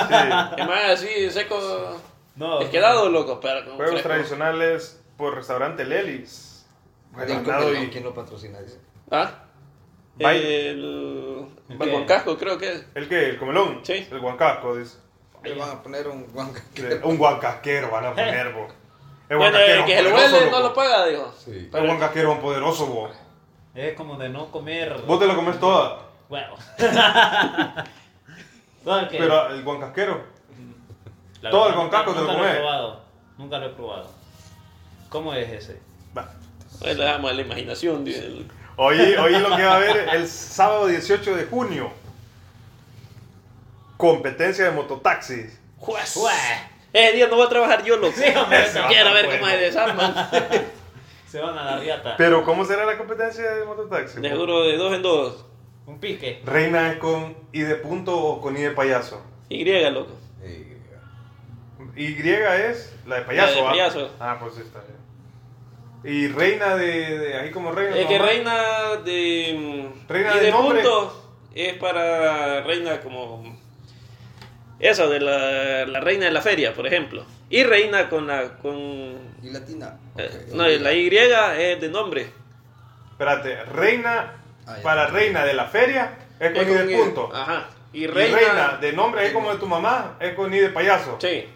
C: Es más, así, seco.
B: No.
C: Es quedado, loco. Pero con
A: Juegos
C: fresco.
A: tradicionales por restaurante Lelis.
D: Del
A: Regalado
D: Comelón,
A: y-
D: ¿Quién lo patrocina? Dice.
C: ¿Ah?
A: Baile.
C: El.
B: ¿El
C: El
B: qué?
C: Huancasco, creo que es.
A: ¿El qué? ¿El comelón?
C: Sí.
A: El guancaco, dice.
D: Le van a poner un guanca.
A: Sí, Un guancasquero van a poner, bo. El
C: Eh. Bueno,
A: guancasquero
C: el que se lo
A: poderoso,
C: huele no
A: loco.
C: lo paga, dijo.
D: Sí.
A: El guancasquero es un poderoso, bo.
B: Es como de no comer.
A: Vos te lo comes toda,
B: Bueno. No, que-
A: pero el guancasquero.
B: la
A: todo
B: verdad,
A: el guancaco
B: nunca-
A: te lo
B: Nunca lo
A: comes.
B: he probado. Nunca lo he probado. ¿Cómo es ese?
A: Va.
C: Pues le damos a la imaginación, dice. el-
A: Oí, oí lo que va a haber el sábado 18 de junio. Competencia de mototaxis.
C: ¡Juas!
B: Juas.
C: Ese día Eh, no voy a trabajar yo, loco.
B: hombre,
A: se va
C: Quiero
A: a
C: ver
A: poner
C: cómo
A: bueno.
C: se desarman.
B: Se van a la riata.
A: Pero ¿cómo será la competencia de mototaxis?
C: Te juro, de dos en dos.
B: Un pique.
A: Reina es con I de punto o con I de payaso.
C: Y, loco.
D: Eh,
A: Y es la de payaso.
C: La de
A: ¿ah?
C: payaso.
A: Ah, pues sí, está bien. Y reina de, de ahí como reina.
C: Es que
A: nomás.
C: reina de.
A: Reina
C: y
A: de
C: de
A: nombre.
C: punto es para reina como. Eso, de la, la reina de la feria, por ejemplo. Y reina con la. Con,
D: ¿Y latina?
C: eh,
D: Ok.
C: no, la Y es de nombre.
A: Espérate, reina
D: Ah, ya.
A: para reina de la feria es con I
C: con
A: de
C: I-
A: punto.
C: Ajá. Y
A: Y
C: reina.
A: reina, de nombre es como de tu mamá, es con I de payaso.
C: Sí.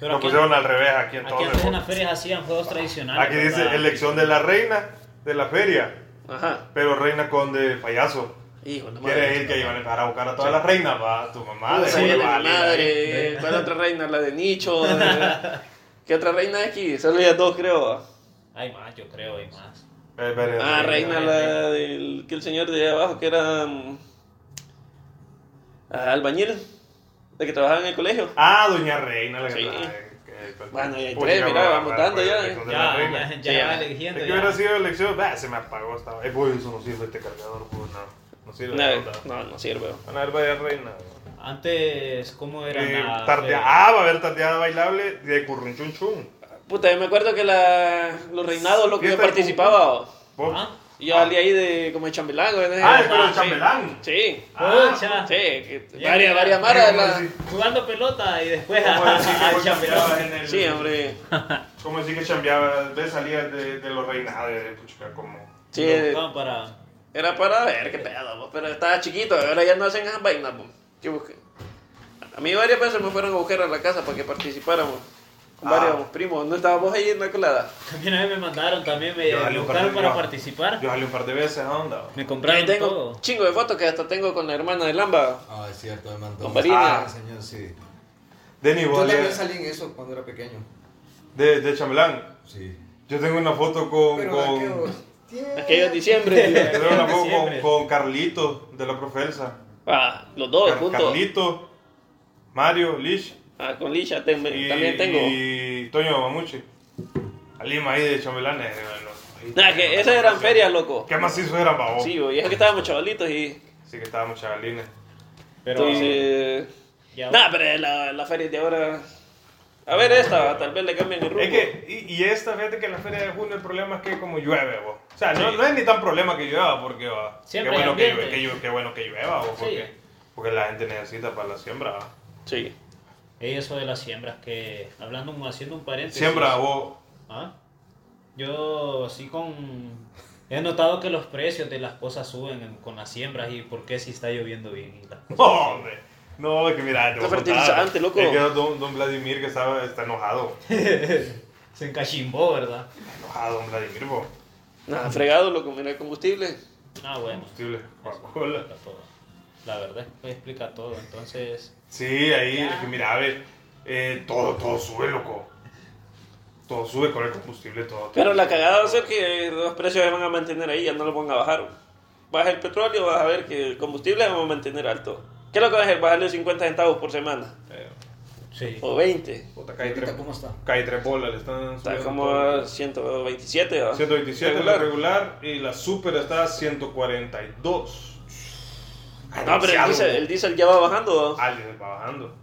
B: Pero
A: Lo
B: aquí,
A: pusieron al revés aquí
B: aquí
A: entonces.
B: antes en las ferias hacían juegos tradicionales.
A: Aquí dice
B: ¿verdad?
A: elección de la reina de la feria,
C: Ajá.
A: pero reina con de payaso.
C: Hijo, no
A: Quiere decir que iban a empezar a buscar a todas las reinas, pa, tu mamá,
C: Madre,
A: de
C: sí,
A: la Eh,
C: la madre.
B: Sí.
C: ¿Cuál otra reina? La de Nicho. de- ¿Qué otra reina es aquí? Solo ellas dos, creo.
B: Hay más, yo creo, hay más.
C: Ah, reina la del que el señor de abajo, que era mm, ah, albañil, la que trabajaba en el colegio.
A: Ah, doña reina la que
C: Sí.
A: trae, que- que-
C: Bueno, ya hay
A: Pucha,
C: tres, mira,
A: va,
C: vamos
A: va,
C: dando
A: va,
C: ya.
A: entonces la
B: Ya,
A: reina.
B: ya, ya,
C: Sí,
B: va
C: ya.
A: Es
B: eligiendo.
A: que
B: ya.
A: hubiera sido elección, bah, se me apagó esta. Eh, voy, eso no sirve este cargador, pues, no. No sirve. la
C: No,
A: puta.
C: no, no sirve.
A: Van a ver varias reinas.
B: Antes, ¿cómo era?
A: Eh,
B: la-
A: tardea- ah, va a haber tardeada bailable de currunchun chun.
C: Puta, yo me acuerdo que la, los reinados, lo que yo
A: Fiesta del
C: participaba, o,
A: Vos-
B: Ah.
C: yo salía ahí de como de chambelán, güey, ¿no?
A: Ah, es con
B: Ah,
A: el
B: sí.
A: chambelán.
C: Sí,
A: ah,
B: Pucha.
C: sí, que-
B: Ah, Ya,
C: varias,
B: ya.
C: varias
A: Como
C: maras. la-
A: decir-
B: Jugando pelota y después a,
A: como decir que
B: al
A: vos chambeabas en
B: chambeón.
A: el-
C: Ah, Sí, hombre.
A: Como decir que chambeabas, de salías de, de los reinados, de puchica, como.
C: Sí,
B: Lo buscaban para...
C: Era para ver qué pedo, bo, pero estaba chiquito, ahora ya no hacen esas vainas, bo. Yo busqué. A mí varias veces me fueron a buscar a la casa para que participáramos. Con
A: Ah.
C: varios primos, no estábamos ahí en la colada.
B: También a mí me mandaron, también
D: Eh,
B: me,
A: Yo salí
B: me
A: un par
B: buscaron
A: de-
B: para
A: yo-
B: participar.
A: Yo salí un par de veces a onda. bro.
B: me
C: Ahí
B: compraron
C: tengo
B: todo.
C: chingo de fotos que hasta tengo con la hermana de Lamba.
D: Ah, es cierto, me mandó.
C: Con Farina.
D: Ah, señor, sí.
A: Denny,
D: Yo
A: vos
D: también
A: de,
D: salí en eso cuando era pequeño.
A: de, de chambelán.
D: Sí.
A: Yo tengo una foto con.
D: Pero
A: con-
D: aquellos tiempos-
C: Aquellos diciembre.
A: yo tengo una
B: de
A: foto con,
B: siempre.
A: con Carlito de la Profelsa.
C: ah, los dos
A: Car-
C: juntos.
A: Carlito, Mario, Lish.
C: Ah, con Lisha tem-
A: y-
C: también tengo.
A: Y Toño Mamuchi. Alima ahí de chambelanes. hermano. Ay,
C: Nah, que esas eran ferias, loco.
A: ¿Qué macizo eran, babo?
C: Sí,
A: Sí.
C: bo, y es que estábamos chavalitos y.
A: que estábamos chavalines.
B: Pero
C: entonces.
B: ya-
C: Nah, pero la, la feria de ahora. A ver esta, tal vez le cambien el rumbo.
A: Es que, y, y esta, fíjate que en la feria de junio el problema es que como llueve, vos. O sea, no, no es ni tan problema que llueva, porque va.
B: Siempre
A: qué
B: hay
A: bueno que llueve,
B: ambiente.
A: que llueve- qué bueno que llueva, vos,
B: Sí.
A: porque, porque la gente necesita para la siembra, va.
C: Sí.
B: Ey, eso de las siembras, que hablando, un- haciendo un paréntesis.
A: Siembra, vos.
B: ¿Ah? Yo sí con... He notado que los precios de las cosas suben en- con las siembras y por qué si está lloviendo bien y las cosas
A: No,
B: suben.
A: hombre. No, es que mira, te
C: Está
A: voy a contar.
C: fertilizante, loco.
A: Es que don, don Vladimir que estaba, está enojado.
B: Se encachimbó, ¿verdad?
A: Enojado, don Vladimir, vos.
C: Nada, fregado, loco, mira el combustible.
B: Ah, bueno.
A: Combustible,
B: Eso
A: Coca-Cola.
B: explica todo. La verdad es que explica todo, entonces...
A: Sí, ahí, es que mira, a ver, eh, todo, todo sube, loco. Todo sube con el combustible, todo. todo.
C: Pero la cagada va a ser que los precios se van a mantener ahí, ya no los van a bajar. Baja el petróleo, vas a ver que el combustible se va a mantener alto. ¿Qué es lo que va a hacer? Bajarle 50 centavos por semana.
A: Eh,
B: Sí.
C: O 20.
A: puta, cae tres,
D: Ahorita, ¿Cómo está?
A: cae tres bolas, le están
C: Está
A: subiendo
C: como
A: todo.
C: a 127. ¿va?
A: 127 regular.
C: Regular.
A: la regular y la super está a 142.
C: Ah, No, pero el diésel, el diésel ya va bajando. ¿va?
A: Ah, el diésel va bajando.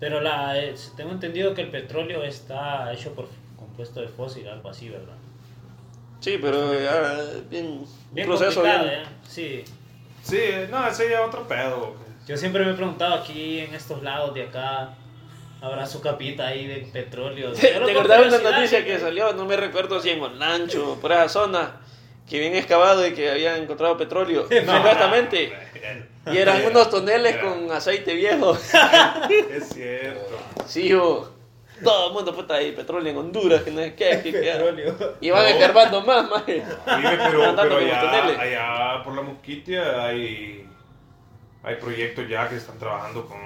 B: Pero la, eh, tengo entendido que el petróleo está hecho por compuesto de fósil, algo así, ¿verdad?
C: Sí, pero ya bien,
B: Bien
C: proceso.
B: complicado,
C: bien.
B: ¿eh? Sí.
A: Sí, eh, no, ese ya es otro pedo.
B: Yo siempre me he preguntado aquí en estos lados de acá, ¿habrá su capita ahí de petróleo?
C: ¿Te
B: Solo por ¿eh?
C: acordás una
B: curiosidad,
C: noticia
B: ¿sí?
C: que salió? No me recuerdo si en Olancho o por esa zona. Que bien excavado y que habían encontrado petróleo. Supuestamente. Y eran unos toneles con aceite viejo.
A: Es cierto.
C: Sí, hijo. Todo el mundo puta ahí, petróleo en Honduras, que no es que, que, que.
B: Petróleo.
C: Y van
A: No.
C: escarbando más, maje.
A: Dime, pero,
C: Andando
A: pero
C: como
A: allá,
C: toneles.
A: allá por la mosquitia hay, hay proyectos ya que están trabajando con,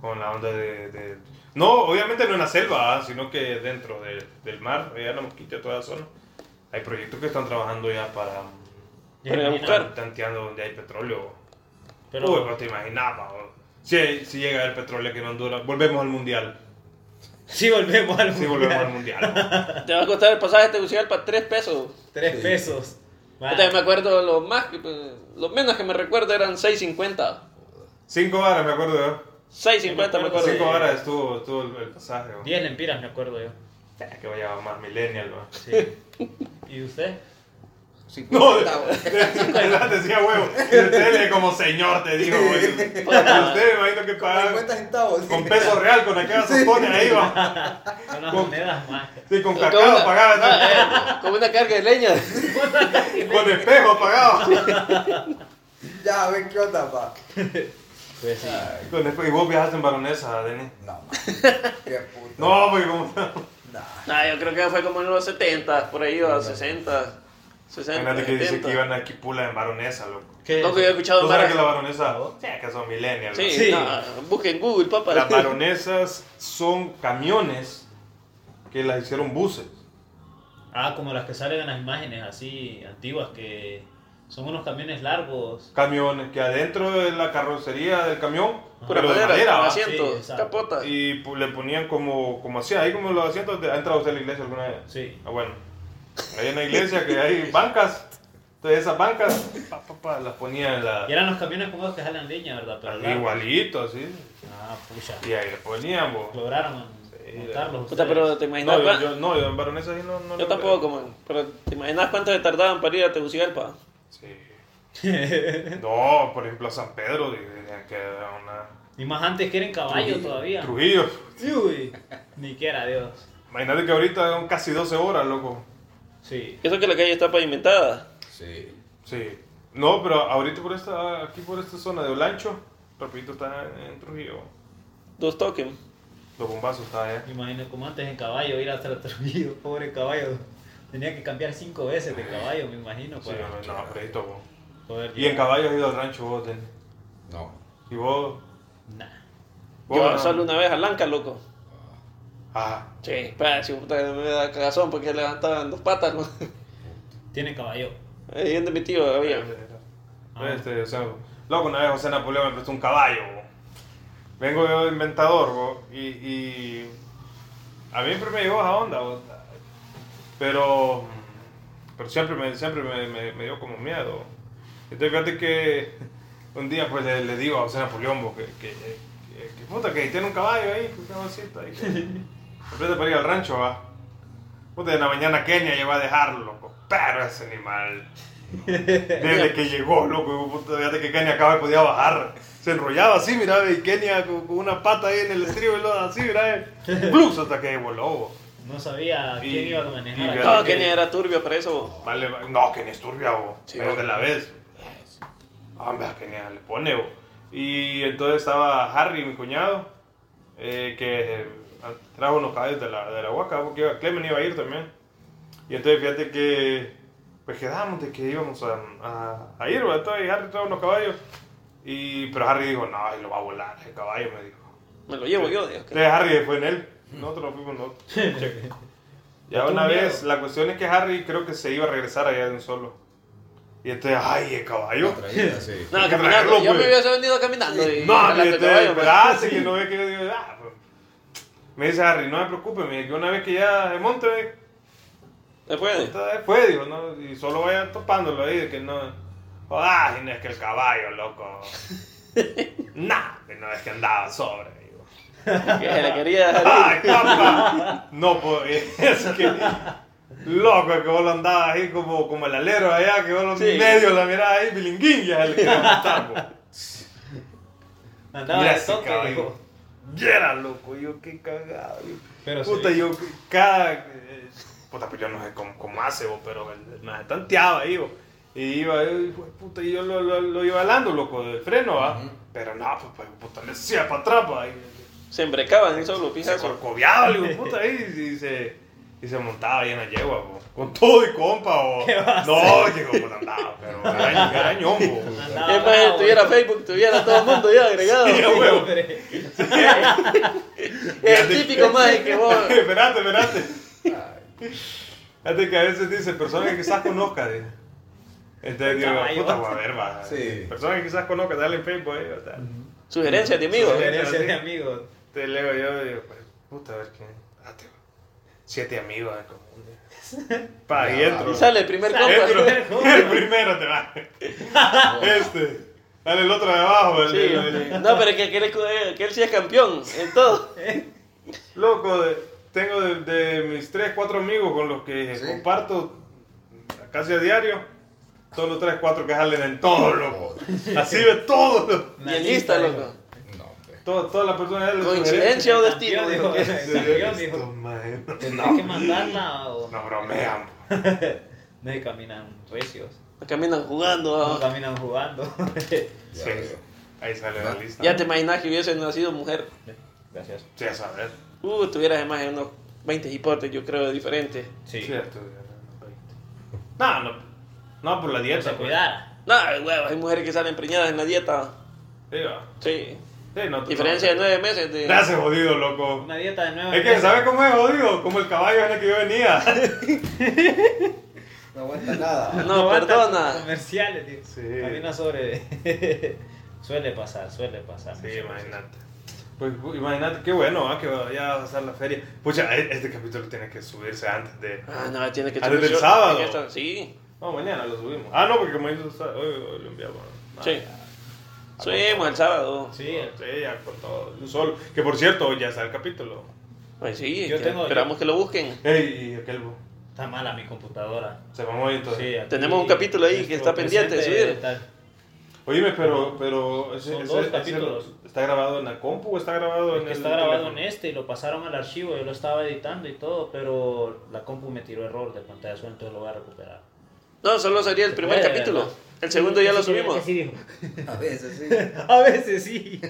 A: con la onda de, de- No, obviamente no en la selva, ah, sino que dentro de- del mar, allá en la mosquitia, toda la zona. Hay proyectos que están trabajando ya para...
B: Ya
C: Pero-
B: mira,
C: Claro.
A: Tanteando donde hay petróleo.
B: Pero,
A: Uy, pues te imaginaba. Si, si llega el petróleo aquí en Honduras, volvemos al mundial.
B: sí volvemos al
A: Sí, volvemos
B: mundial.
A: al mundial.
C: Te va a costar el pasaje de Tegucigalpa para 3 pesos.
B: Tres
D: Sí.
B: pesos. Va.
C: Puta, yo me acuerdo, lo, más que, pues, lo menos que me recuerdo eran 6.50.
A: Cinco horas, me acuerdo. ¿eh?
C: 6.50 me acuerdo.
A: Cinco horas estuvo, estuvo el, el pasaje. ¿no?
B: Diez lempiras, me acuerdo yo.
A: Que vaya más millennial, ¿no?
B: Sí. ¿Y usted?
A: No,
D: Cincuenta, güey.
A: verdad decía huevo. Y usted es como señor, te digo, güey. Y Usted me imagino que pagaba
D: 50 centavos.
A: con peso real, con aquella sopones ahí va.
B: Con las
A: Con-
B: monedas más.
A: Sí, con
C: Como
A: cacao
C: una-
A: pagaba, ¿no?
C: ah, eh, Como una carga de leña.
B: eh.
A: con espejo pagaba.
D: Ya, a ver qué onda, pa.
B: Pues sí.
A: Con espejo. Y vos viajaste en baronesa, Denis.
D: No, man. Qué puta.
A: No, porque como.
D: Nah.
C: Nah, yo creo que fue como en los 70, por ahí, o 60. 60.
A: Imagínate que dice
C: 70.
A: que iban aquí pula en baronesa, loco.
B: ¿Qué?
C: Loco, yo he escuchado
A: ¿Tú sabes que la
C: varas.
A: baronesa? Sí, que son millennials.
C: Sí,
A: loco.
B: Sí.
C: no, busquen Google, papá.
A: Las baronesas son camiones que las hicieron buses.
B: Ah, como las que salen en las imágenes así antiguas que son unos camiones largos.
A: Camiones que adentro de la carrocería del camión,
C: Pura
A: pero de
C: madera,
A: madera,
C: con
A: ¿va?
B: Sí,
C: asientos,
B: exacto.
C: capota.
A: Y pu- le ponían como, como hacía, ahí como los asientos. de- ¿Ha entrado usted a la iglesia alguna vez?
B: Sí.
A: Ah, bueno. Ahí en la iglesia que hay bancas. Entonces esas bancas, pa, pa, pa, las ponían en
B: Y
A: la...
B: eran los camiones como los que jalan leña, ¿verdad? Pero largos.
A: Igualito, así.
B: Ah, pucha.
A: Y ahí le ponían, vos.
B: Lograron
A: Sí,
B: montarlos.
C: Puta,
B: ustedes.
C: pero te
A: No,
C: imaginas.
A: yo,
C: cuán-
A: yo- no, yo en baronesa ahí no... no
C: Yo
A: lo-
C: tampoco, man. Pero ¿te imaginas cuánto se tardaban para ir a Tegucigalpa?
A: Sí. No, por ejemplo a San Pedro, y tenían que era una...
B: Y más antes que eran caballos todavía.
A: Trujillo.
B: Sí, uy. Ni que era Dios.
A: Imagínate que ahorita son casi 12 horas, loco.
B: Sí.
C: Eso que la calle está pavimentada.
D: Sí.
A: Sí. No, pero ahorita por esta, aquí por esta zona de Olancho, repito, está en, en Trujillo.
C: Dos toquen.
A: Los bombazos está allá.
B: Imagino como antes en caballo ir hasta el Trujillo, pobre caballo. Tenía que cambiar cinco veces de caballo, me imagino,
A: Sí,
B: para
A: no, no, predito, vos.
B: poder
A: Y en
B: llegar.
A: caballo has ido al rancho vos, Denis.
D: No.
A: Y vos...
B: Nah.
A: vos
C: Yo
A: no.
C: solo una vez a Lanca, loco.
A: Ah,
C: Sí, pa, si puta me da cagazón porque levantaban dos patas, ¿no?
B: Tiene caballo.
C: Ahí donde mi tío había.
A: Eh,
B: Ah.
A: Este, o sea, loco, una vez José Napoleón me prestó un caballo. bo. Vengo yo de inventador, bo, y, y a mí siempre me llegó esa onda, bo. pero pero siempre me, siempre me, me- me dio como miedo. Entonces fíjate que un día pues le, le digo a José Napoleón bo, que, que, que, que puta que tiene un caballo ahí, que un caballito ahí. que- Me presta para ir al rancho, va. Puta, en la mañana Kenia ya va a dejarlo, loco. Pero ese animal. Desde que llegó, loco, hijo de puta, fíjate que Kenia acaba y podía bajar. Se enrollaba así, mira, y Kenia con, con una pata ahí en el estribo y lo así, mira, eh. Blux hasta que voló.
B: No sabía
A: Y-
B: quién iba a
A: y
B: manejar.
A: ve-
B: acá.
C: No, que ni era turbio para eso. bo.
A: Vale, va- no, Kenia es turbia, bo.
C: Sí,
A: pero
C: bo.
A: de la vez. Ah, Hombre, a Kenia le pone, bo. Y entonces estaba Harry, mi cuñado, eh, que eh, trajo unos caballos de la, de la Huaca, porque iba- Clemen iba a ir también. Y entonces fíjate que pues quedamos de que íbamos a, a, a ir, ¿verdad? Entonces Harry trajo unos caballos. Y, pero Harry dijo, no, ahí lo va a volar ese caballo, me dijo.
C: Me lo llevo yo, digo.
A: Entonces Harry fue en él. Nosotros nos fuimos nosotros. Cheque. ya
B: Tuvo
A: una
B: miedo.
A: vez, la cuestión es que Harry creo que se iba a regresar allá de un solo. Y entonces, ay, el caballo.
D: La traída, sí.
A: Hay
C: No,
A: que traerlo,
C: caminando. Yo me
A: pues.
C: hubiese venido caminando. y-
A: No,
C: y
A: mire,
C: te
A: te
C: caballo, pues.
A: esperaste que no ve que yo digo, ah, pues. Me dice Harry, no me preocupe, me dice que una vez que ya se monte, ve,
C: ¿Se puede?
A: Entonces, después, digo, no, y solo vayan topándolo ahí, de que no. Ah, y no es que el caballo, loco. nah, que no es que andaba sobre, digo.
C: Que se le quería dejar
A: ¡Ay, capa! No, pues, es que. Loco, que vos lo andabas ahí como, como el alero allá, que vos lo
C: Sí.
A: medio la mirada ahí, bilinguín, ya es el que va a matar, po.
B: Andaba
A: Mira
B: de
A: ese
B: toque,
A: caballo.
B: dijo.
A: Ya era loco, yo qué cagado. yo.
B: Pero
A: puta,
B: sí.
A: yo que- cada. eh, Puta, pues yo no sé cómo, cómo hace, vos, pero el- me tanteaba ahí, vos. Y iba, eh, hijo de puta, y yo lo, lo, lo iba alando, loco, del freno, ¿va?
D: Ujú.
A: Pero no, pues, pues, puta, le hacía para atrás, pues, pa, y-
C: Se embrecaban, eso lo
A: se
C: fijazo.
A: corcoviaba, le digo, puta, ahí, y, se, y se montaba ahí en la yegua, po. con todo y compa, po. No, llegó puta, andaba, pero garañ- garañón, po.
B: Andaba
C: Es más,
B: bravo,
C: tuviera
B: ¿no?
C: Facebook, tuviera todo el mundo ya agregado.
A: Sí, a huevo.
B: Hombre.
C: El típico más que vos.
A: Esperate, esperate. Fíjate que a veces dice, personas que quizás conozca, dice. Entonces digo,
B: Caballo.
A: puta, voy a ver, va.
D: Sí.
A: Personas que quizás conozca, dale en Facebook, ahí, o sea.
C: Sugerencias de amigos.
B: Sugerencias de amigos.
A: Te leo yo y digo, pues, puta, a ver quién. Ah, te- Siete amigos en común. Pa, y entro.
C: Y sale el primer
A: Entro.
C: compa.
A: El primero te va.
D: eh.
A: Este. Dale el otro de abajo. el-
C: Sí,
A: el- el-
C: no, pero que, que, él, que él sí es campeón en todo.
A: Loco, de- tengo de, de mis tres, cuatro amigos con los que
D: Sí.
A: comparto casi a diario. Solo tres, cuatro que salen en todo, loco. Así de todo. loco.
C: Y en lista, loco.
D: No, hombre.
A: Todas todas las personas de
C: Coincidencia o destino.
B: Campeón,
C: dijo.
B: dijo. Campeón, dijo. Tendrás que mandarla o
A: No bromean. pues. po.
B: no y caminan recios.
C: Caminan jugando.
B: No
C: ah.
B: caminan jugando.
D: Ya
A: Sí.
D: veo.
A: Ahí sale la lista.
C: Ya te imaginas que hubiese nacido mujer.
B: Gracias.
A: Sí, a saber.
C: Uh, tuvieras además unos 20 hipotes, yo creo, diferentes.
B: Sí.
A: Sí, esto- No, no. No, por la
B: que
A: dieta.
B: se
A: pues.
B: cuidara.
C: No, huevo, hay mujeres que salen preñadas en la dieta.
A: Sí, va.
C: Sí.
A: Sí, no, tú-
C: Diferencia de nueve meses de...
A: Te hace jodido, loco.
B: Una dieta de nueve
A: Es que,
B: meses.
A: ¿sabes cómo es jodido? Como el caballo en el que yo venía.
D: No aguanta nada.
C: No,
B: aguanta
C: perdona.
B: Comerciales, tío.
A: Sí.
B: Camina sobre. suele pasar, suele pasar.
A: Sí,
B: muchas
A: imagínate. Pues pu- imagínate, qué bueno, ah, que ya va a pasar la feria. Pucha, e- este capítulo tiene que subirse antes de...
C: Ah, no, tiene que
A: Ah, desde el
C: yo-
A: sábado.
C: tiene que estar- Sí.
A: No, mañana lo subimos. Ah, no, porque como hizo, sa- hoy, hoy lo enviamos. Ah,
C: Sí.
A: Ah,
C: Subimos el sábado.
B: veces. Sí, el-
A: Sí, ya con todo. Un sol. Que por cierto, hoy ya está el capítulo.
C: Pues sí,
B: Yo
C: que
B: tengo-
C: esperamos que lo busquen.
A: Ey, y aquel... bo-
B: está mala mi computadora.
A: Se mamó hoy entonces.
B: Sí, aquí
C: Tenemos un capítulo ahí que está
B: nuestro
C: pendiente de
B: presidente
C: subir.
B: tal.
A: Oíme, pero, pero ese-
B: Son
A: ese-
B: dos
A: ese-
B: capítulos.
A: ¿Está grabado en la compu o está grabado en
B: Porque
A: el
B: está grabado en
A: teléfono?
B: este y lo pasaron al archivo, yo lo estaba editando y todo, pero la compu me tiró error de pantalla azul, entonces lo voy a recuperar.
C: No, solo sería el primer
B: puede,
C: capítulo.
B: ¿verdad?
C: El segundo ya lo subimos.
B: Eh, Sí, dijo.
D: A veces sí.
B: A veces sí.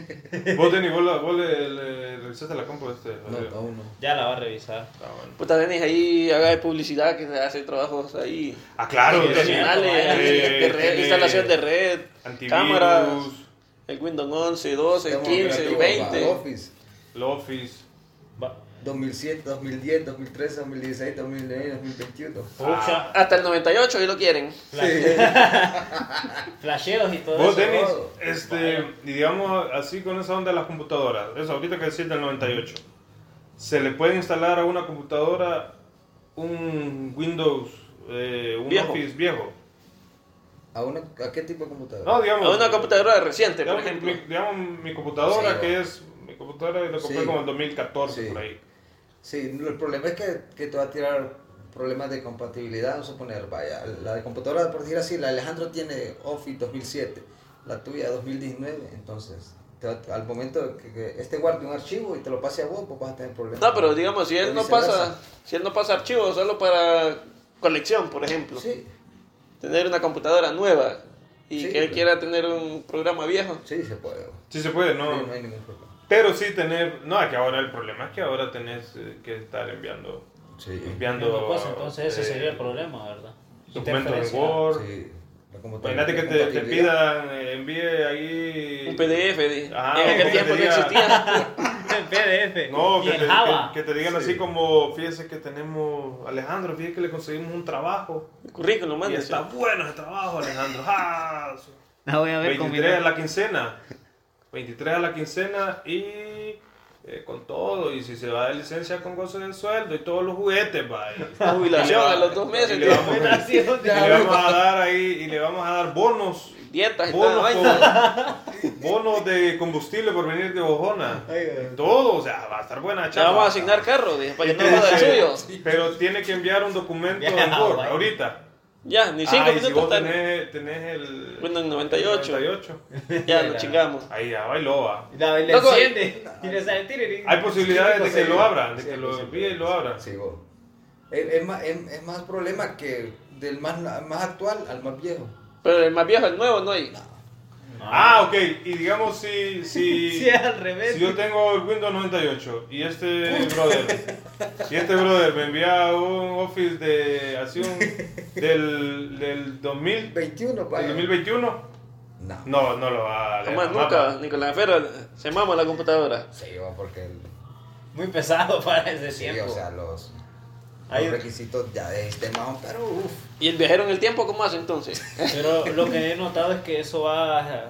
A: Vos, Denis, vos, la- vos le, le revisaste la compu este.
D: No,
A: Rodrigo?
D: aún no.
B: Ya la va a revisar.
A: Ah, bueno.
C: Puta, Denis ahí haga de publicidad que hace trabajos ahí.
A: Ah, claro.
B: Sí,
A: Denis.
C: Profesionales,
B: sí,
C: de
A: Eh,
C: red,
A: tiene
C: instalación de red,
A: Antivirus,
C: cámaras, el Windows 11, 12,
D: Estamos
C: 15,
D: operativos
C: 20.
D: para Office.
A: el Office.
B: Va.
A: Ah,
D: 2007, 2010, 2013, 2016, 2009, 2021.
B: Pucha.
C: Hasta el 98 ahí lo quieren.
B: Flasheos y todo
A: Vos,
B: eso.
A: Denis,
D: todo.
A: este, y digamos así con esa onda de las computadoras, eso ahorita que decís del 98, ¿se le puede instalar a una computadora un Windows, eh, un
C: Viejo.
A: Office viejo?
D: ¿A, una, ¿A qué tipo de computadora?
A: No, digamos.
C: A una computadora reciente, por
A: digamos,
C: ejemplo.
A: mi, digamos, mi computadora
D: Sí,
A: que
D: va.
A: es. Mi computadora la compré
D: Sí.
A: como en 2014
D: Sí.
A: por ahí.
D: Sí, el problema es que, que te va a tirar problemas de compatibilidad, vamos a suponer, vaya, la de computadora, por decir así, la de Alejandro tiene Office 2007, la tuya 2019, entonces, te va- al momento que, que este guarde un archivo y te lo pase a vos, pues vas a tener problemas.
C: No, pero digamos, si
D: O
C: él no
D: viceversa.
C: pasa, si él no pasa archivos solo para colección, por ejemplo.
D: Sí,
C: Tener una computadora nueva y
D: Sí,
C: que él
D: pero-
C: quiera tener un programa viejo.
D: sí se puede. vos.
A: Sí se puede,
D: Sí,
A: ¿no?
D: No, hay ningún problema.
A: Pero sí tener. No, es que ahora el problema es que ahora tenés eh, que estar enviando.
D: Sí,
A: enviando
B: Pues, entonces ese
A: eh,
B: sería el problema, ¿verdad?
A: Documentos en
B: Interferencia.
A: Word.
D: sí, la computadora-
A: Imagínate que te, te pidan, eh, envíe ahí.
C: Un PDF. de-
A: Ah,
C: en aquel
A: un
C: tiempo no
A: PDF.
C: existía.
B: En PDF.
A: No,
B: y
A: que
B: en
A: te,
B: Java.
A: que- que te digan
D: Sí.
A: así como, fíjese que tenemos, Alejandro, fíjese que le conseguimos un trabajo.
C: El currículum,
A: Y
C: manda.
A: está bueno ese trabajo, Alejandro. ¡Ah!
B: La voy a ver con mi
A: 23 a la quincena. 23 a la quincena y eh, con todo. Y si se va de licencia con goce del sueldo y todos los juguetes, va. Y-
C: La jubilación
A: y le va-
C: a los dos meses,
A: Y le
C: tío.
A: vamos,
B: Jubilación,
A: y le vamos a dar ahí, y le vamos a dar bonos.
C: Dietas y toda
A: Bonos,
C: vaina.
A: con- bonos de combustible por venir de Bojona.
D: Ay, güey.
A: Todo, o sea, va a estar buena
C: Le
A: charla.
C: vamos a asignar carro, dije, para que no
A: Entonces,
C: joda el suyo.
A: Pero tiene que enviar un documento
B: Ya,
A: en Word
B: vaya.
A: ahorita.
C: Ya, ni cinco
A: Ah, y si
C: minutos
A: vos
C: tarde.
A: tenés, tenés el.
C: Windows 98.
A: 98.
C: Ya, lo chingamos.
A: Ahí ya bailó. va.
B: La, la
C: Loco,
B: enciende
D: eh,
B: y le sale tirirín.
A: Hay posibilidades de que lo abran, de
D: Sí,
A: que lo
D: sí,
A: envíe
D: sí.
A: y lo abran.
D: Sí, vos. Es, es más, es- es más problema que del más, más actual al más viejo.
C: Pero el más viejo, el nuevo, no hay.
A: Ah, ok. Y digamos si. Si,
B: Sí, al revés.
A: si yo tengo el Windows 98 y este brother. Si este brother me envía un Office de. Así un. Del, del 2000.
D: 21,
A: Del
D: vaya.
A: 2021.
D: No.
A: No, no lo va a leer.
C: Jamás,
A: la
C: nunca,
A: mapa.
C: Nicolás Ferro se mama la computadora.
D: Sí, vos, porque el-
B: Muy pesado para ese
D: sí,
B: tiempo.
D: o sea, los,
B: Hay
D: los
B: un-
D: requisitos ya de este más pero uff.
C: ¿Y el viajero en el tiempo cómo hace entonces?
B: Pero lo que he notado es que eso va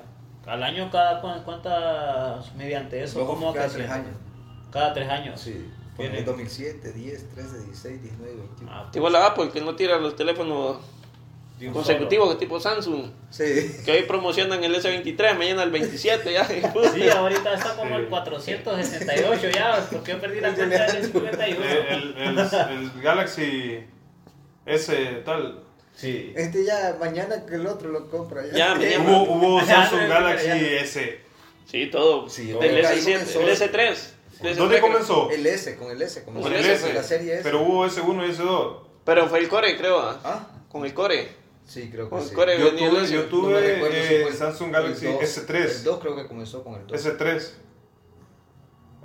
B: al año cada cuan- cuántas mediante eso.
D: Luego
B: ¿Cómo va
D: cada tres
B: creciendo?
D: años.
B: Cada tres años.
D: Sí.
B: Viene-
D: Ponle 2007, 10, 13, 16, 19, 21.
B: Ah, pues,
C: Igual la Apple que no tira los teléfonos
B: de un
C: consecutivos tipo Samsung.
D: Sí.
C: Que hoy promocionan el S23, mañana el 27 ya.
B: solo. Sí, ahorita está como
A: Sí.
B: el 468 ya, porque yo perdí la cuenta del 51.
A: Eh, El, el- el- el Galaxy S tal.
B: Sí.
D: Este ya, mañana que el otro lo compra.
C: Ya, mañana.
A: Hubo, hubo
B: Ya,
A: Samsung
B: ya,
A: Galaxy
B: ya.
A: S.
C: Sí, todo.
D: Sí,
C: el
D: ahí
C: S7,
D: comenzó.
C: el S3. el
A: ¿Dónde
C: S3,
A: comenzó?
D: El S, con el S, como
A: Con
C: el
A: el
C: S,
A: S.
D: la serie S.
A: Pero hubo S1 y S2.
C: Pero fue el Core, creo. ah.
D: Ah,
C: Con el Core.
D: sí, creo que
C: Con el
D: sí.
C: Core
A: Yo
C: venía el
A: tuve,
C: S.
A: yo
D: No me
A: tuve
D: recuerdo si
A: eh,
D: fue el-
A: Samsung
D: el
A: Galaxy
D: dos.
A: S3.
D: El 2 creo que comenzó con el 2.
A: S3.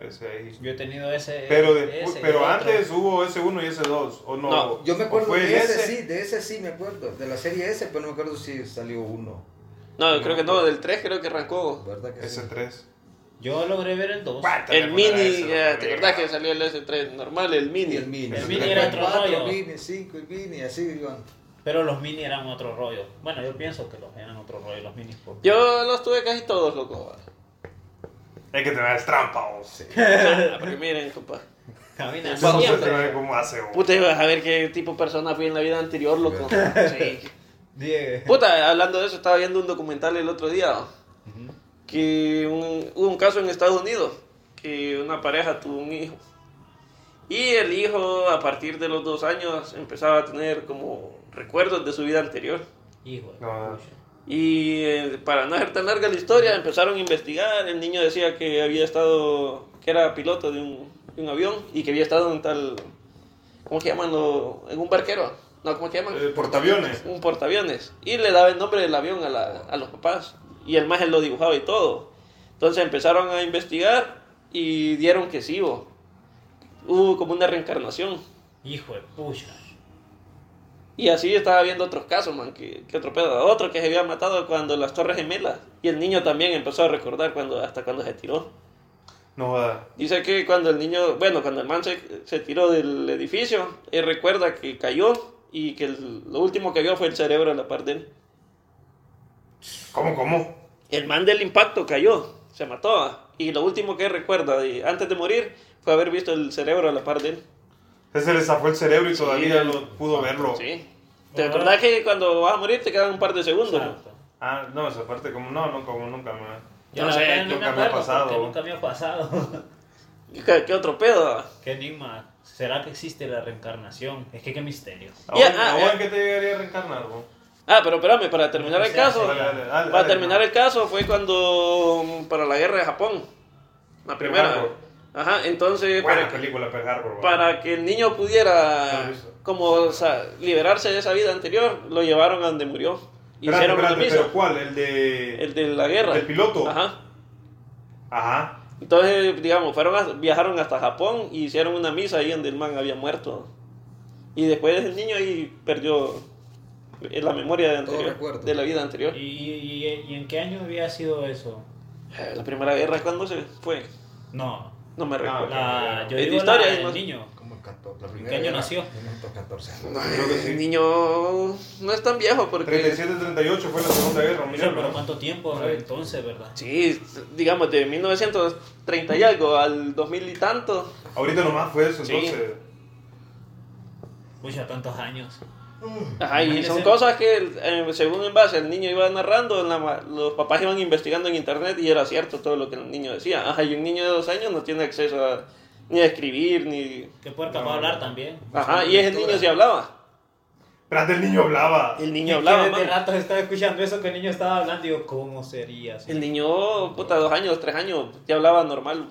A: Ese ahí.
B: Yo he tenido ese.
A: Pero,
B: ese
A: después,
B: y
A: pero
B: otro.
A: antes hubo ese 1 y ese 2, ¿o no?
C: No,
D: Yo me
A: ¿O
D: acuerdo
A: fue
D: de ese,
A: ese?
D: sí, de ese sí me acuerdo. De la serie S, pero no me acuerdo si salió uno.
C: No, creo que no, del 3 creo que arrancó.
D: ¿Verdad que sí?
A: Ese 3.
B: Yo logré ver el 2.
C: El mini, eh, ¿te acordás que salió el S3 normal, el mini?
D: Y el mini.
B: El mini era otro rollo.
D: El mini, cinco, el mini, así iban.
B: Pero los mini eran otro rollo. Bueno, yo pienso que los eran otro rollo, los minis. porque-
C: Yo los tuve casi todos, loco.
A: Es que te das trampa, vos.
C: Ah, Porque miren, compa.
B: Camina
A: Eso no se
B: siempre.
A: te ve como hace, vos.
C: Puta, ibas a ver qué tipo de persona vi en la vida anterior, loco. Sí.
B: Diez.
C: Puta, hablando de eso, estaba viendo un documental el otro día. ¿no? Que un- hubo un caso en Estados Unidos. Que una pareja tuvo un hijo. Y el hijo, a partir de los dos años, empezaba a tener como recuerdos de su vida anterior.
B: Hijo de
A: No.
B: pucha.
C: Y eh, para no hacer tan larga la historia, empezaron a investigar. El niño decía que había estado, que era piloto de un, de un avión y que había estado en tal, ¿cómo se llaman? lo- en un barquero. No, ¿cómo se llaman?
A: Eh, portaaviones.
C: un portaaviones y le daba el nombre del avión a, la- a los papás y el maje lo dibujaba y todo. Entonces empezaron a investigar y dieron que sí, bo. hubo como una reencarnación.
B: Hijo de pucha.
C: Y así yo estaba viendo otros casos, man, que, que otro pedo, otro que se había matado cuando las Torres Gemelas y el niño también empezó a recordar cuando hasta cuando se tiró.
A: No joda.
C: Dice que cuando el niño, bueno, cuando el man se, se tiró del edificio, él recuerda que cayó y que el- lo último que vio fue el cerebro a la par de él.
A: ¿Cómo, cómo?
C: El man del impacto cayó, se mató. ah. Y lo último que recuerda de- antes de morir fue haber visto el cerebro a la par de él.
A: Ese le zafó el cerebro y todavía
C: el-
A: no pudo verlo.
C: Sí. ¿Te acordás que cuando vas a morir te quedan un par de segundos? no?
B: Exacto.
A: Ah, no, esa parte como no, no, como nunca me.
B: Yo
C: No
B: la
C: sé,
B: verdad no me
A: nunca me ha
B: acuerdo
A: pasado.
B: porque nunca me ha pasado.
C: ¿Y ¿Qué, qué otro pedo? ah?
B: qué enigma. ¿Será que existe la reencarnación? Es que qué misterio.
A: ¿A
C: Ya,
A: vos-
C: ah,
A: a vos
C: ya.
A: en qué te llegaría a reencarnar, vos?
C: Ah, pero espérame, para terminar el
B: Sí,
C: caso.
B: sí, dale,
A: dale, dale,
C: para
A: dale,
C: terminar
A: no.
C: el caso fue cuando. mm, para la guerra de Japón. La
A: Pearl
C: primera.
A: Harbor.
C: Ajá, entonces.
A: Buena
C: para que-
A: película, Pearl Harbor. vos.
C: para que el niño
A: No lo
C: pudiera
A: hizo.
C: como o sea, liberarse de esa vida anterior, lo llevaron a donde murió.
A: Espérate,
C: Hicieron lo
A: espérate,
C: mismo.
A: pero ¿cuál? El de.
C: El de la guerra.
A: ¿Del piloto?
C: Ajá.
A: Ajá.
C: Entonces, digamos, fueron a- viajaron hasta Japón y hicieron una misa ahí donde el man había muerto. Y después el niño ahí perdió la memoria de,
D: Todo
C: anterior,
D: recuerdo.
C: de la vida anterior.
B: ¿Y, y, y- y en qué año había sido eso?
C: Eh, La primera guerra, ¿cuándo se fue?
B: No.
C: No me recuerdo.
A: Ah,
B: La, yo
C: Es de
B: digo
C: historia,
B: la
C: es
B: del
C: más-
B: niño.
D: Como el 14. La primera
B: qué año
D: guerra,
B: nació?
D: 1914.
A: Creo que sí.
C: El niño no es tan viejo porque...
A: 37-38 fue la Segunda Guerra
B: Pero,
A: Mundial.
B: pero
A: ¿no?
B: cuánto tiempo
A: Por ahí.
B: entonces, ¿verdad?
C: Sí, digamos, de 1930 y algo al 2000 y tanto.
A: Ahorita nomás fue eso,
C: Sí.
A: entonces.
B: Pucha, tantos años.
C: Ajá, y
B: Imagínese.
C: son cosas que eh, según en base el niño iba narrando, la ma- los papás iban investigando en internet y era cierto todo lo que el niño decía. Ajá, y un niño de dos años no tiene acceso a- ni a escribir, ni...
B: Qué puerca
A: No.
B: va a hablar también.
C: Ajá, y el niño sí hablaba.
A: Espérate, el niño hablaba.
C: El
B: Y
C: niño
B: yo
C: hablaba,
B: desde
C: man.
B: rato estaba escuchando eso que el niño estaba hablando y digo, ¿cómo sería? así?
C: El niño, puta, dos años, tres años, ya hablaba normal.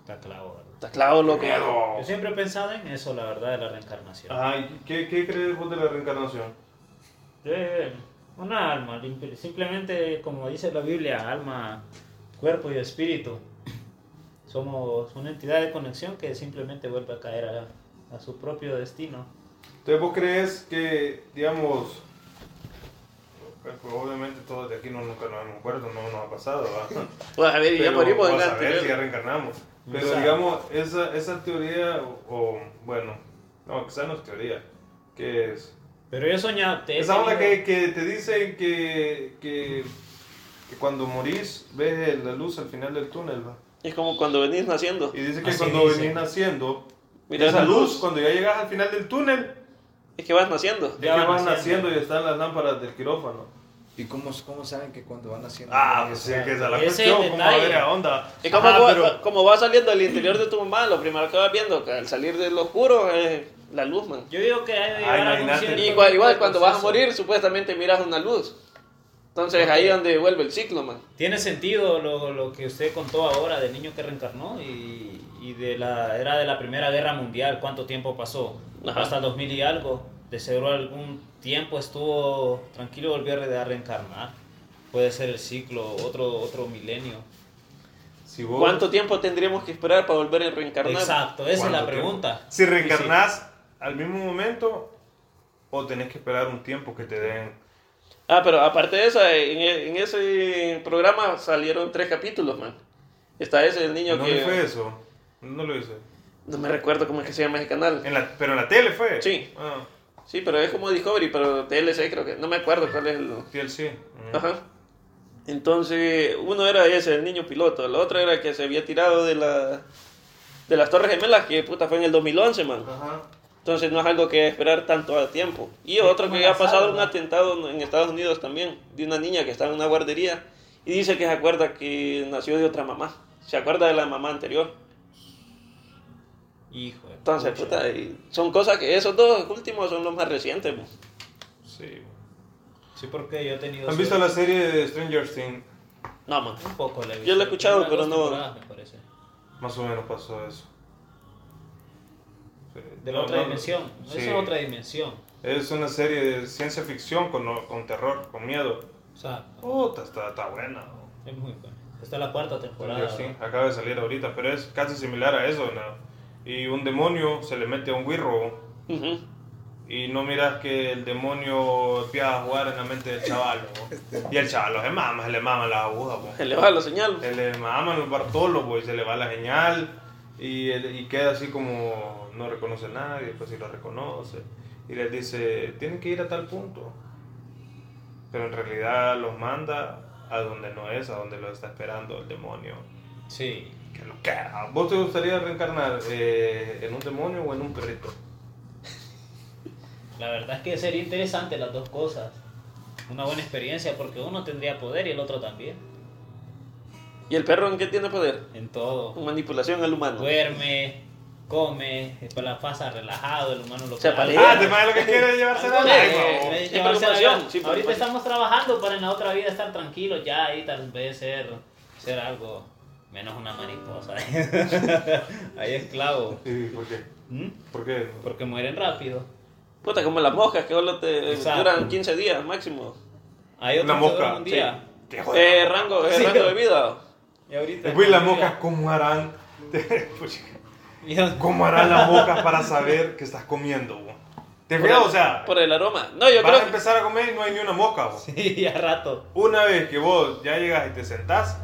B: Está clavo, ¿verdad?
C: Está claro, loco.
A: Miedo.
B: Yo siempre he pensado en eso, la verdad, de la reencarnación.
A: Ajá, ¿y ¿qué, qué crees vos de la reencarnación?
B: Eh, una alma, lim- simplemente como dice la Biblia, alma, cuerpo y espíritu. Somos una entidad de conexión que simplemente vuelve a caer a, a su propio destino.
A: Entonces, ¿vos crees que, digamos, pues, obviamente todos de aquí no, nunca nos hemos muerto, no nos ha pasado, ¿va?
C: Pues a ver, y ya
A: Pero
C: morimos en
A: vamos
C: la
A: a ver si ya
C: anterior.
A: reencarnamos. Pero
B: Exacto.
A: digamos, esa, esa teoría, o, o, bueno, no, quizás no es teoría, que es...
B: Pero yo soñaba... te he
A: Esa onda que,
B: tenido-
A: que te dicen que, que, que cuando morís ves el- la luz al final del túnel, ¿va?
C: Es como cuando venís naciendo.
A: Y dice que
B: Así
A: cuando
B: dicen.
A: venís naciendo,
C: Mirás
A: esa
C: la
A: luz,
C: luz.
A: cuando ya llegas al final del túnel,
C: Es que vas naciendo.
A: ya
B: Ya
A: que
B: van
A: vas
B: naciendo.
A: naciendo y están las lámparas del quirófano.
D: ¿Y cómo, cómo saben que cuando van haciendo...
A: Ah, pues sí, que esa es la
B: Ese es el
A: cuestión, cómo va a
B: detalle.
A: ver a onda.
C: Es como,
A: Ajá,
C: va,
A: pero-
C: como va saliendo del interior de tu mamá, lo primero que vas viendo que al salir del oscuro es la luz, man.
B: Yo digo que hay de
A: Ah,
B: llevar algún
A: imagínate.
B: cierto
A: Y
C: Igual, igual
B: proceso.
C: cuando vas a morir, supuestamente miras una luz. Entonces ahí es donde vuelve el ciclo, man.
B: Tiene sentido lo, lo que usted contó ahora del niño que reencarnó y, y de la era de la Primera Guerra Mundial, cuánto tiempo pasó,
C: Ajá.
B: hasta 2000 y algo. De seguro algún tiempo estuvo tranquilo volvió a reencarnar. Puede ser el ciclo, otro, otro milenio.
A: Si vos-
C: ¿Cuánto tiempo tendríamos que esperar para volver a reencarnar?
B: Exacto, esa es la
A: ¿Cuánto
B: pregunta.
A: tiempo? Si reencarnás al mismo momento o tenés que esperar un tiempo que te den.
C: Ah, pero aparte de eso, en, e- en ese programa salieron tres capítulos, man. Está ese, el niño
A: ¿No
C: que...
A: fue eso? No lo hice.
C: No me recuerdo cómo es que se llama ese canal.
A: En la, ¿Pero en la tele fue?
C: Sí.
A: Ah,
C: Sí, pero es como Discovery, pero TLC creo que... No me acuerdo cuál es el...
A: TLC. Mm.
C: Ajá. Entonces, uno era ese, el niño piloto. El otro era que se había tirado de la... De las Torres Gemelas, que puta fue en el 2011, man.
A: Ajá.
C: Entonces no es algo que esperar tanto a tiempo. Y otro
B: como
C: que ha
B: la sala,
C: pasado un
B: ¿no?
C: atentado en Estados Unidos también, de una niña que estaba en una guardería y dice que se acuerda que nació de otra mamá. Se acuerda de la mamá anterior.
B: Hijo de
C: Entonces,
B: pucha.
C: puta, y son cosas que esos dos últimos son los más recientes. mo.
A: Sí.
B: Sí, porque yo he tenido.
A: ¿Han visto
B: suerte.
A: la serie de Stranger Things?
C: No, man.
B: Un poco la he visto.
C: Yo la he escuchado,
B: Una,
C: pero
B: dos
C: no-
B: temporadas, me parece.
A: Más o menos pasó eso. Sí.
B: De la
A: No,
B: otra
A: no,
B: dimensión.
A: sí.
B: Esa es otra dimensión.
A: Es una serie de ciencia ficción con, con terror, con miedo.
B: O sea,
A: Puta, está, está buena. ¿no?
B: es muy buena. Esta es la cuarta temporada.
A: Stranger Things
B: ¿verdad?
A: acaba de salir ahorita, pero es casi similar a eso. ¿no? Y un demonio se le mete a un wirro
C: Ujú.
A: y no miras que el demonio empieza a jugar en la mente del chaval. ¿no? Y el chaval se mama, se le maman las agujas. ¿no?
C: Se le va la señal.
A: Se
B: Eh.
A: le maman los bartolos, pues, y se le va la señal y, él- y queda así como no reconoce a nadie, después sí lo reconoce. Y les dice, tienen que ir a tal punto. Pero en realidad los manda a donde no es, a donde lo está esperando el demonio.
B: Sí.
A: Que lo queda. ¿Vos te gustaría reencarnar eh, en un demonio o en un perrito?
B: La verdad es que sería interesante las dos cosas. Una buena experiencia porque uno tendría poder y el otro también.
C: ¿Y el perro en qué tiene poder?
B: En todo.
C: Manipulación al humano.
B: Duerme, come, después la pasa relajado, el humano lo
C: Se
B: que hace.
C: aparece.
A: Ah, te imaginas lo que quiere llevarse la
C: Eh,
A: lengua.
B: Eh,
C: Sin
B: llevarse la
C: preocupación,
B: vida.
C: sin
B: Ahorita
C: preocupación.
B: estamos trabajando para en la otra vida estar tranquilos ya ahí tal vez ser, ser algo menos una mariposa. ahí esclavo.
A: ¿Y por qué?
B: ¿Mm?
A: ¿Por qué?
B: Porque mueren rápido.
C: Puta, como las moscas que solo te
B: Exacto.
C: duran 15 días máximo.
B: Hay otro
A: Una mosca.
B: un día.
A: ¿Qué joder?
C: Eh, rango, eh,
B: Sí.
C: rango de vida.
B: Y ahorita.
A: Después Eh, las
B: un día.
A: moscas, ¿cómo harán? Pucha.
B: Mira,
A: ¿Cómo harán las moscas para saber que estás comiendo? bo? ¿Te
C: Por
A: fijas?
C: el-
A: O sea,
C: Por el aroma. No, yo
A: vas a
C: creo que...
A: empezar a comer y no hay ni una mosca. bo.
B: Sí, a rato.
A: Una vez que vos ya llegas y te sentás,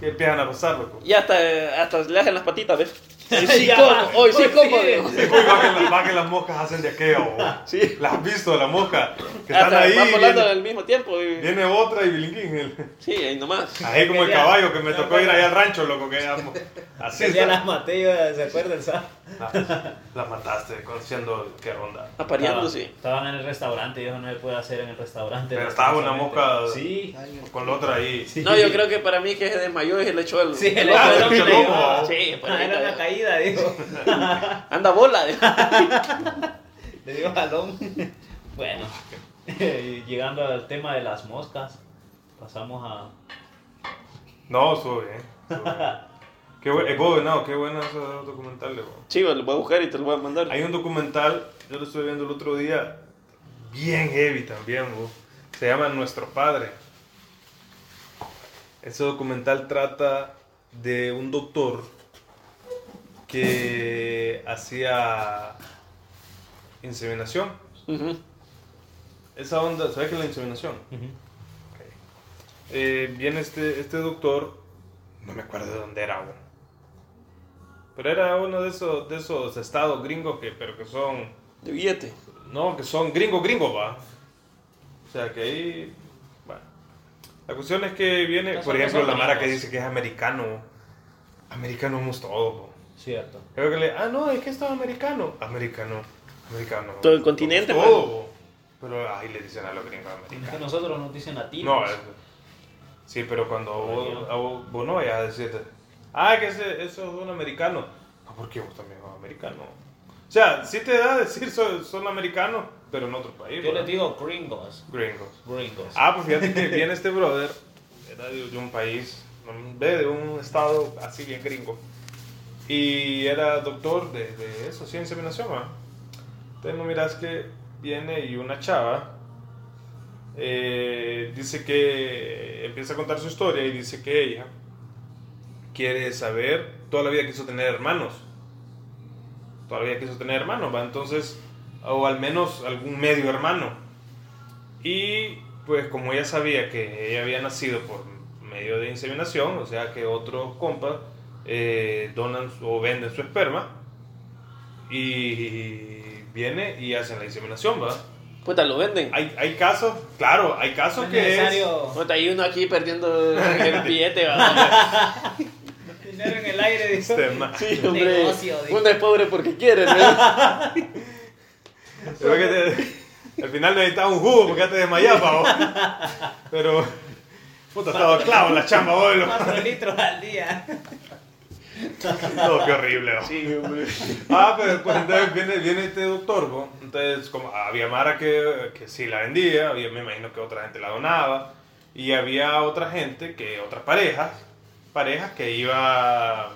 A: que empiezan a pasar, loco.
C: Y hasta, hasta le hacen las patitas, ¿ves? Hoy sí
B: Ya,
C: como, hoy sí
B: hoy
C: como.
B: sí.
C: digo.
A: Y va que, las, va que las moscas hacen de aqueo.
C: Sí.
A: Las has visto, las moscas. Que están
C: Hasta
A: ahí.
C: van
A: y
C: volando
A: Viene,
C: al mismo tiempo. y-
A: viene otra y bilinguín.
C: Sí, ahí nomás.
A: Ahí como el
B: Quería-
A: caballo que me
B: no,
A: tocó ir
B: para-
A: allá al rancho, loco. Que era mo- así
B: ya
A: está.
B: las maté, yo, ¿se acuerdan? ¿sabes?
A: La, la mataste, conociendo qué onda.
C: Apareándose.
A: Ah.
B: Estaban en el restaurante y eso no se puede hacer en el restaurante.
A: Pero estaba una
B: lastimosamente.
A: mosca-
B: Sí.
C: Ah,
A: Con la otra ahí.
B: sí.
C: No, yo creo que para mí que se desmayó y se le echó el...
B: Sí, el
A: Ah,
B: otro
A: el
B: era un
A: que
B: play,
A: loco.
B: ¿no?
C: Sí, por
B: Ah,
C: ahí
B: era
C: está.
B: una caída, digo.
C: Anda bola. ¿eh? digo.
B: Le dio jalón. Bueno, llegando al tema de las moscas, pasamos a.
A: No, estuvo bien. estuvo bien. Qué buen, eh, vos, no, qué bueno esos documentales. vos.
C: Sí, lo voy a buscar y te lo voy a mandar.
A: Hay un documental, yo lo estuve viendo el otro día, bien heavy también. vos. Se llama Nuestro Padre. Ese documental trata de un doctor que hacía inseminación.
C: Ujú.
A: Esa onda, ¿sabes qué es la inseminación? Eh, viene este, este doctor, no me acuerdo de dónde era, güey. Pero era uno de esos, de esos estados gringos que, pero que son,
C: De billete.
A: no, que son gringos gringos, va. O sea, que ahí, bueno. La cuestión es que viene,
B: No son-
A: por
B: no
A: ejemplo,
B: son
A: la mara que
B: gringos.
A: dice que es americano. Americano somos todos, po.
B: Cierto.
A: Creo que le, ah, no, es que esto es americano. Americano, americano.
C: Todo el continente,
A: Todo,
C: pues.
A: po. Pero ahí le dicen a los gringos
B: Es que
A: americanos.
B: nosotros nos dicen latinos.
A: No, eh, es- sí, pero cuando vos,
B: Dios.
A: a vos, vos no vayas a decirte, ah, que ese, eso es un americano. No, porque vos también sos americano. O sea, sí te da a decir son, son americanos, pero en otro país.
B: Yo les
A: ¿verdad?
B: digo gringos.
A: Gringos.
B: Gringos.
A: Ah, pues fíjate que viene este brother, era de, de un país, mm, de, de un estado así bien gringo. Y era doctor de, de eso, sí, inseminación, ¿va? Entonces, no miras que viene y una chava eh, dice que empieza a contar su historia y dice que ella quiere saber, toda la vida quiso tener hermanos. Toda la vida quiso tener hermanos, ¿va? Entonces, o al menos algún medio hermano. Y pues como ella sabía que ella había nacido por medio de inseminación, o sea que otros compas eh, donan su- o venden su esperma y viene y hacen la inseminación, ¿va?
C: Puta, lo venden.
A: Hay, hay casos, claro, hay casos
B: es
A: que es-
B: necesario
C: Puta, hay uno aquí perdiendo el billete, va.
B: dinero en el aire. dice.
A: Este, ma-
C: Sí, hombre.
B: Negocio, dice.
C: uno es pobre porque quiere, ¿no?
A: Creo que te- al final necesitaba un jugo porque ya te desmayaba, vos. Pero. Puta, estaba clavo en la chamba, vos. lo-
B: Cuatro litros al día.
A: No, qué horrible, vos.
C: Sí, hombre.
A: Ah, pero pues entonces viene, viene este doctor, vos. Entonces, como había Mara que, que sí la vendía, había, me imagino que otra gente la donaba. Y había otra gente que, otras parejas, parejas que iba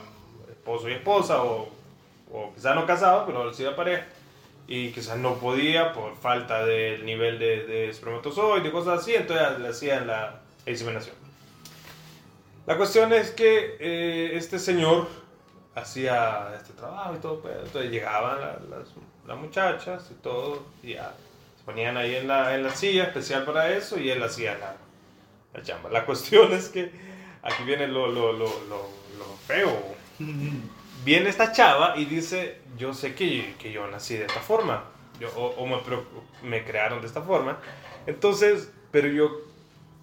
A: esposo y esposa, o, o quizás no casados, pero sí era pareja. y quizás no podía por falta del nivel de, de espermatozoide y cosas así, entonces le hacían la inseminación. La cuestión es que eh, este señor hacía este trabajo y todo, pues, entonces llegaban la- las, las muchachas y todo, y ya se ponían ahí en la, en la silla especial para eso y él hacía la, la chamba. La cuestión es que aquí viene lo, lo, lo, lo- lo feo viene esta chava y dice, yo sé que, que yo nací de esta forma, yo, o, o me, pro- me crearon de esta forma, entonces, pero yo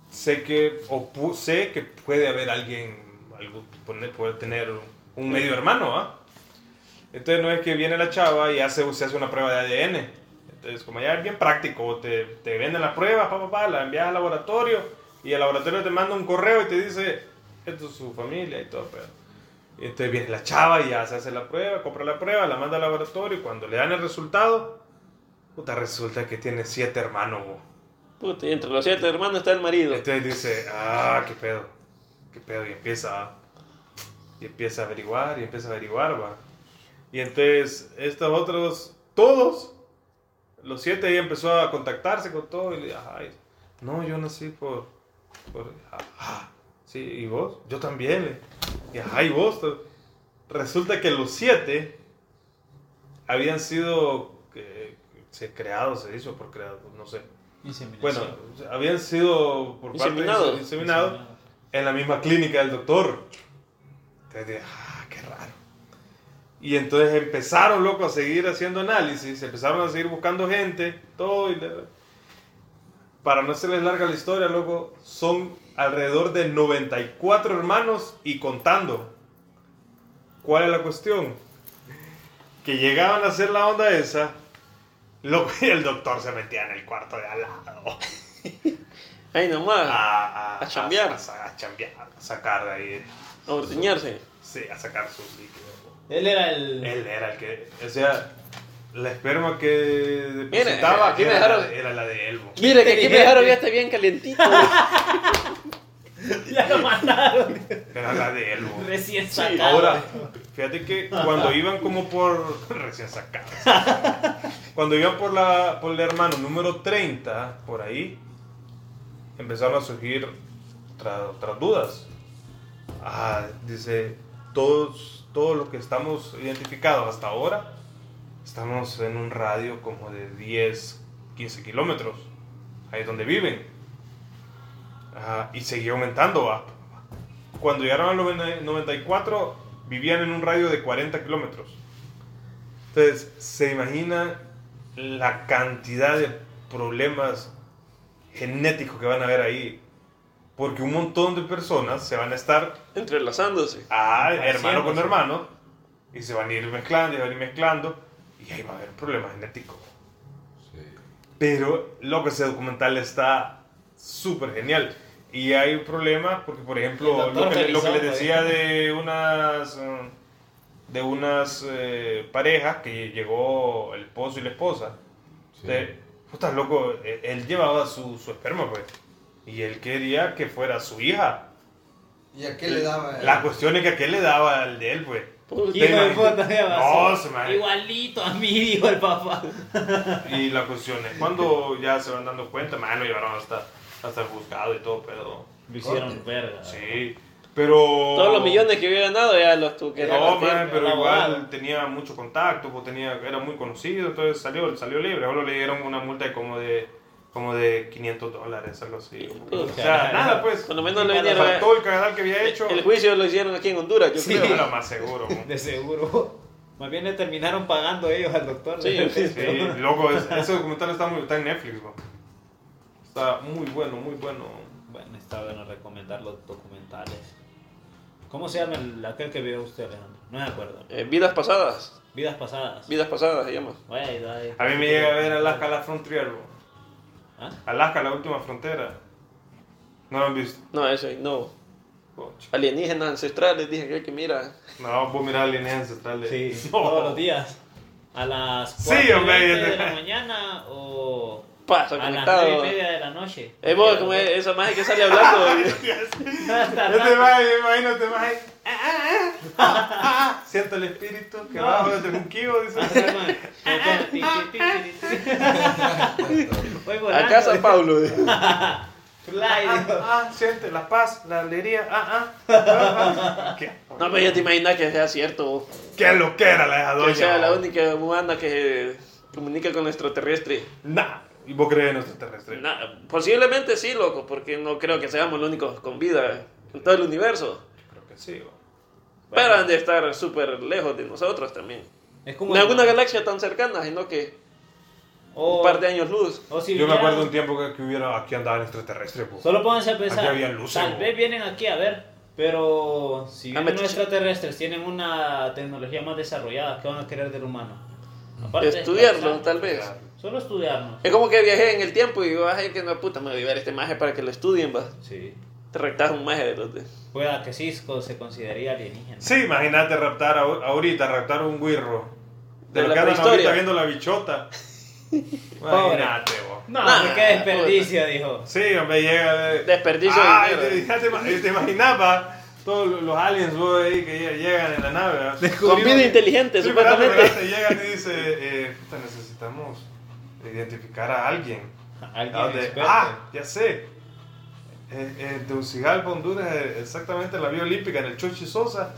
A: sé que, o pu- sé que puede haber alguien, algo, pone- puede tener un medio hermano, ¿ah? Entonces no es que viene la chava y hace, se hace una prueba de ADN. Entonces, como ya es bien práctico, te, te venden la prueba, papá, pa, la envías al laboratorio y el laboratorio te manda un correo y te dice, esto es su familia y todo, pero... Y Entonces viene la chava y ya se hace la prueba, compra la prueba, la manda al laboratorio y cuando le dan el resultado, puta, resulta que tiene siete hermanos. bo.
C: Puta, y entre los siete hermanos está el marido.
B: Este-
A: Entonces dice, ah, qué pedo, qué pedo, y empieza, y empieza a averiguar, y empieza a averiguar, va. Y entonces estos otros, todos, los siete, ella empezó a contactarse con todo y le dijo, ay, no, yo nací por, por, ah, sí, ¿y vos? Yo también, le- y ajá, ¿y vos? Resulta que los siete habían sido eh, se- creados, se hizo por creados, no sé. Bueno,
B: Inseminación.
A: habían sido por parte
C: Inseminados.
A: de inseminados en la misma clínica del doctor. Entonces dije, ah, qué raro. Y entonces empezaron, loco, a seguir haciendo análisis, empezaron a seguir buscando gente, todo. Y le- Para no hacerles larga la historia, loco, son alrededor de 94 hermanos y contando. ¿Cuál es la cuestión? Que llegaban a hacer la onda esa, loco, y el doctor se metía en el cuarto de al lado
C: Ay, nomás.
B: Ah.
A: a,
C: A chambear.
A: A, sa- a chambear, a sacar de ahí.
C: A ordeñarse.
A: Sí, a sacar sus líquidos.
B: Él era el.
A: Él era el que. O sea, la esperma que
C: Mira,
A: depositaba
C: aquí me
A: era, la
C: dejaron-
A: de- era la de Elmo.
C: Mire que aquí me dejaron ya está bien calentito.
B: Ya lo mandaron.
A: Era la de Elmo.
B: Recién
A: Sí,
B: sacado.
A: ahora, fíjate que cuando iban como por. recién sacados. Cuando iban por la por el hermano número 30, por ahí, empezaron a surgir otra- otras dudas. Ah, dice, todos, todos los que estamos identificados hasta ahora, estamos en un radio como de 10, 15 kilómetros, ahí es donde viven. Ajá, y seguía aumentando, va. Cuando llegaron al 90 94, vivían en un radio de 40 kilómetros. Entonces, se imagina la cantidad de problemas genéticos que van a haber ahí. Porque un montón de personas se van a estar
C: Entrelazándose.
A: Ah,
B: Así
A: hermano
B: es,
A: con
B: así.
A: hermano. Y se van a ir mezclando, y se van a ir mezclando. Y ahí va a haber problemas genéticos. Pero, loco, ese documental está súper genial. Y hay problemas porque, por
B: El
A: ejemplo,
B: doctor
A: lo que, lo que les
B: Felizardo,
A: decía de unas eh, de unas eh, parejas que llegó el esposo y la esposa. De, puta, loco, eh, él llevaba su, su esperma, pues. Y él quería que fuera su hija.
D: ¿Y a qué le daba?
A: La cuestión es que a qué le daba al de él, pues.
C: Puta,
B: Hijo de
A: imagino-
B: puta, ya pasó.
A: No, se me-
B: Igualito a mí, dijo el papá.
A: Y la cuestión es cuando ya se van dando cuenta, más lo llevaron hasta, hasta el juzgado y todo, pero.
B: Lo hicieron verga.
A: Sí. Pero.
C: Todos los millones que había ganado ya los tuvo que
A: Oh. No,
C: repartir.
A: man, pero
B: la
A: igual
B: abogada.
A: tenía mucho contacto, pues tenía, era muy conocido, entonces salió, salió libre. Solo le dieron una multa de como de como de 500 dólares, algo así. O sea,
B: Caray.
A: nada, pues.
C: Por lo menos le
A: le
C: vinieron a-
A: faltó el cagadal que había hecho.
C: El juicio lo hicieron aquí en Honduras, yo
A: Sí,
C: creo.
A: era más seguro. pues. man.
B: De seguro. Más bien le terminaron pagando ellos al doctor.
C: Sí,
B: ¿no?
C: sí,
A: Sí, loco, es- ese documental está, muy, está en Netflix, man. Está muy bueno, muy bueno.
B: Bueno, está bueno recomendar los documentales. ¿Cómo se llama el, aquel que vio usted, Alejandro? No me acuerdo.
C: Eh, vidas pasadas.
B: Vidas pasadas.
C: Vidas pasadas se llama.
B: Güey, dale.
A: A mí me llega a ver Alaska la Frontier, man.
B: ¿Ah?
A: Alaska la última frontera. No lo han visto.
C: No, eso no.
A: Coche.
C: Alienígenas ancestrales, dije que, que mira.
A: No, vos mirá Alienígenas Ancestrales.
B: Sí,
A: No.
B: todos los días. A las
A: Sí,
B: 4 y
A: hombre,
B: veinte
A: ya te-
B: de la mañana o
C: Pasa,
B: a las
C: conectado.
B: 9 y media de la noche.
C: Eh, vos, como es- esa magia que sale hablando.
B: Hasta
A: Yo te
B: rato.
A: imagino, imagínate, maje. Ah, ah, ah. Ah, ah. Siento el espíritu que
B: No.
A: va desde un kibo, dice.
B: Hasta con- con- ti, ti, ti, ti, ti. Voy volando.
C: Acá San Pablo.
A: Ah,
B: Fly.
A: ah, siente la paz, la alegría. Ah, ah, ah, ah. Qué,
C: No, pero ya te imaginas que sea cierto. vos.
A: qué loquera la deja
C: Que
A: doña.
C: sea la
A: vos.
C: única humana que comunica con extraterrestre.
A: Nah. ¿Y vos crees en extraterrestres?
C: Na- posiblemente sí, loco, porque no creo que seamos los únicos con vida en todo el universo.
A: Creo que sí. vos.
C: Pero han de estar súper lejos de nosotros también.
B: Es Oh. como
C: En alguna galaxia tan cercana, sino que
B: o,
C: un par de años luz.
B: o si
A: Yo me acuerdo un
B: vieran-
A: tiempo que, que hubiera aquí andaban extraterrestres. vos.
B: Solo pónganse a pensar.
A: Aquí había luces,
B: tal
A: bo.
B: vez vienen aquí a ver, pero si
C: Ah,
B: vienen
C: metiche.
B: los extraterrestres tienen una tecnología más desarrollada, ¿qué van a querer del humano? Aparte de
C: Estudiarlo,
B: descansar,
C: tal vez.
B: Solo estudiarnos.
C: Es como que viajé en el tiempo y digo, ay, que no puta, me voy a ver este maje para que lo estudien, va.
B: Sí.
C: Te rectas un maje de los de.
B: Pueda que Cisco se consideraría alienígena.
A: Sí, imagínate raptar ahor- ahorita, raptar un guirro. De, lo
C: De la
A: que andan
C: prehistoria.
A: ahorita viendo la bichota. imagínate, vos.
B: No,
C: Nah,
B: hombre, Ah, qué desperdicio, dijo.
A: Sí, hombre, llega. eh.
C: Desperdicio de
A: Ay,
C: dinero. eh.
A: te- ya te, ima- eh, te imaginabas todos los- los aliens vos, ahí que lle- llegan en la nave. ¿verdad?
C: Con vida inteligente,
A: Sí, pero antes,
C: supuestamente.
A: pero antes llegan y dicen, eh, puta, necesitamos identificar a alguien.
B: Alguien
A: ¿A dónde?
B: experto.
A: Ah, ya sé. Eh, eh, de Ucigalpa, Honduras, eh, exactamente en la Vía Olímpica, en el Chochi Sosa,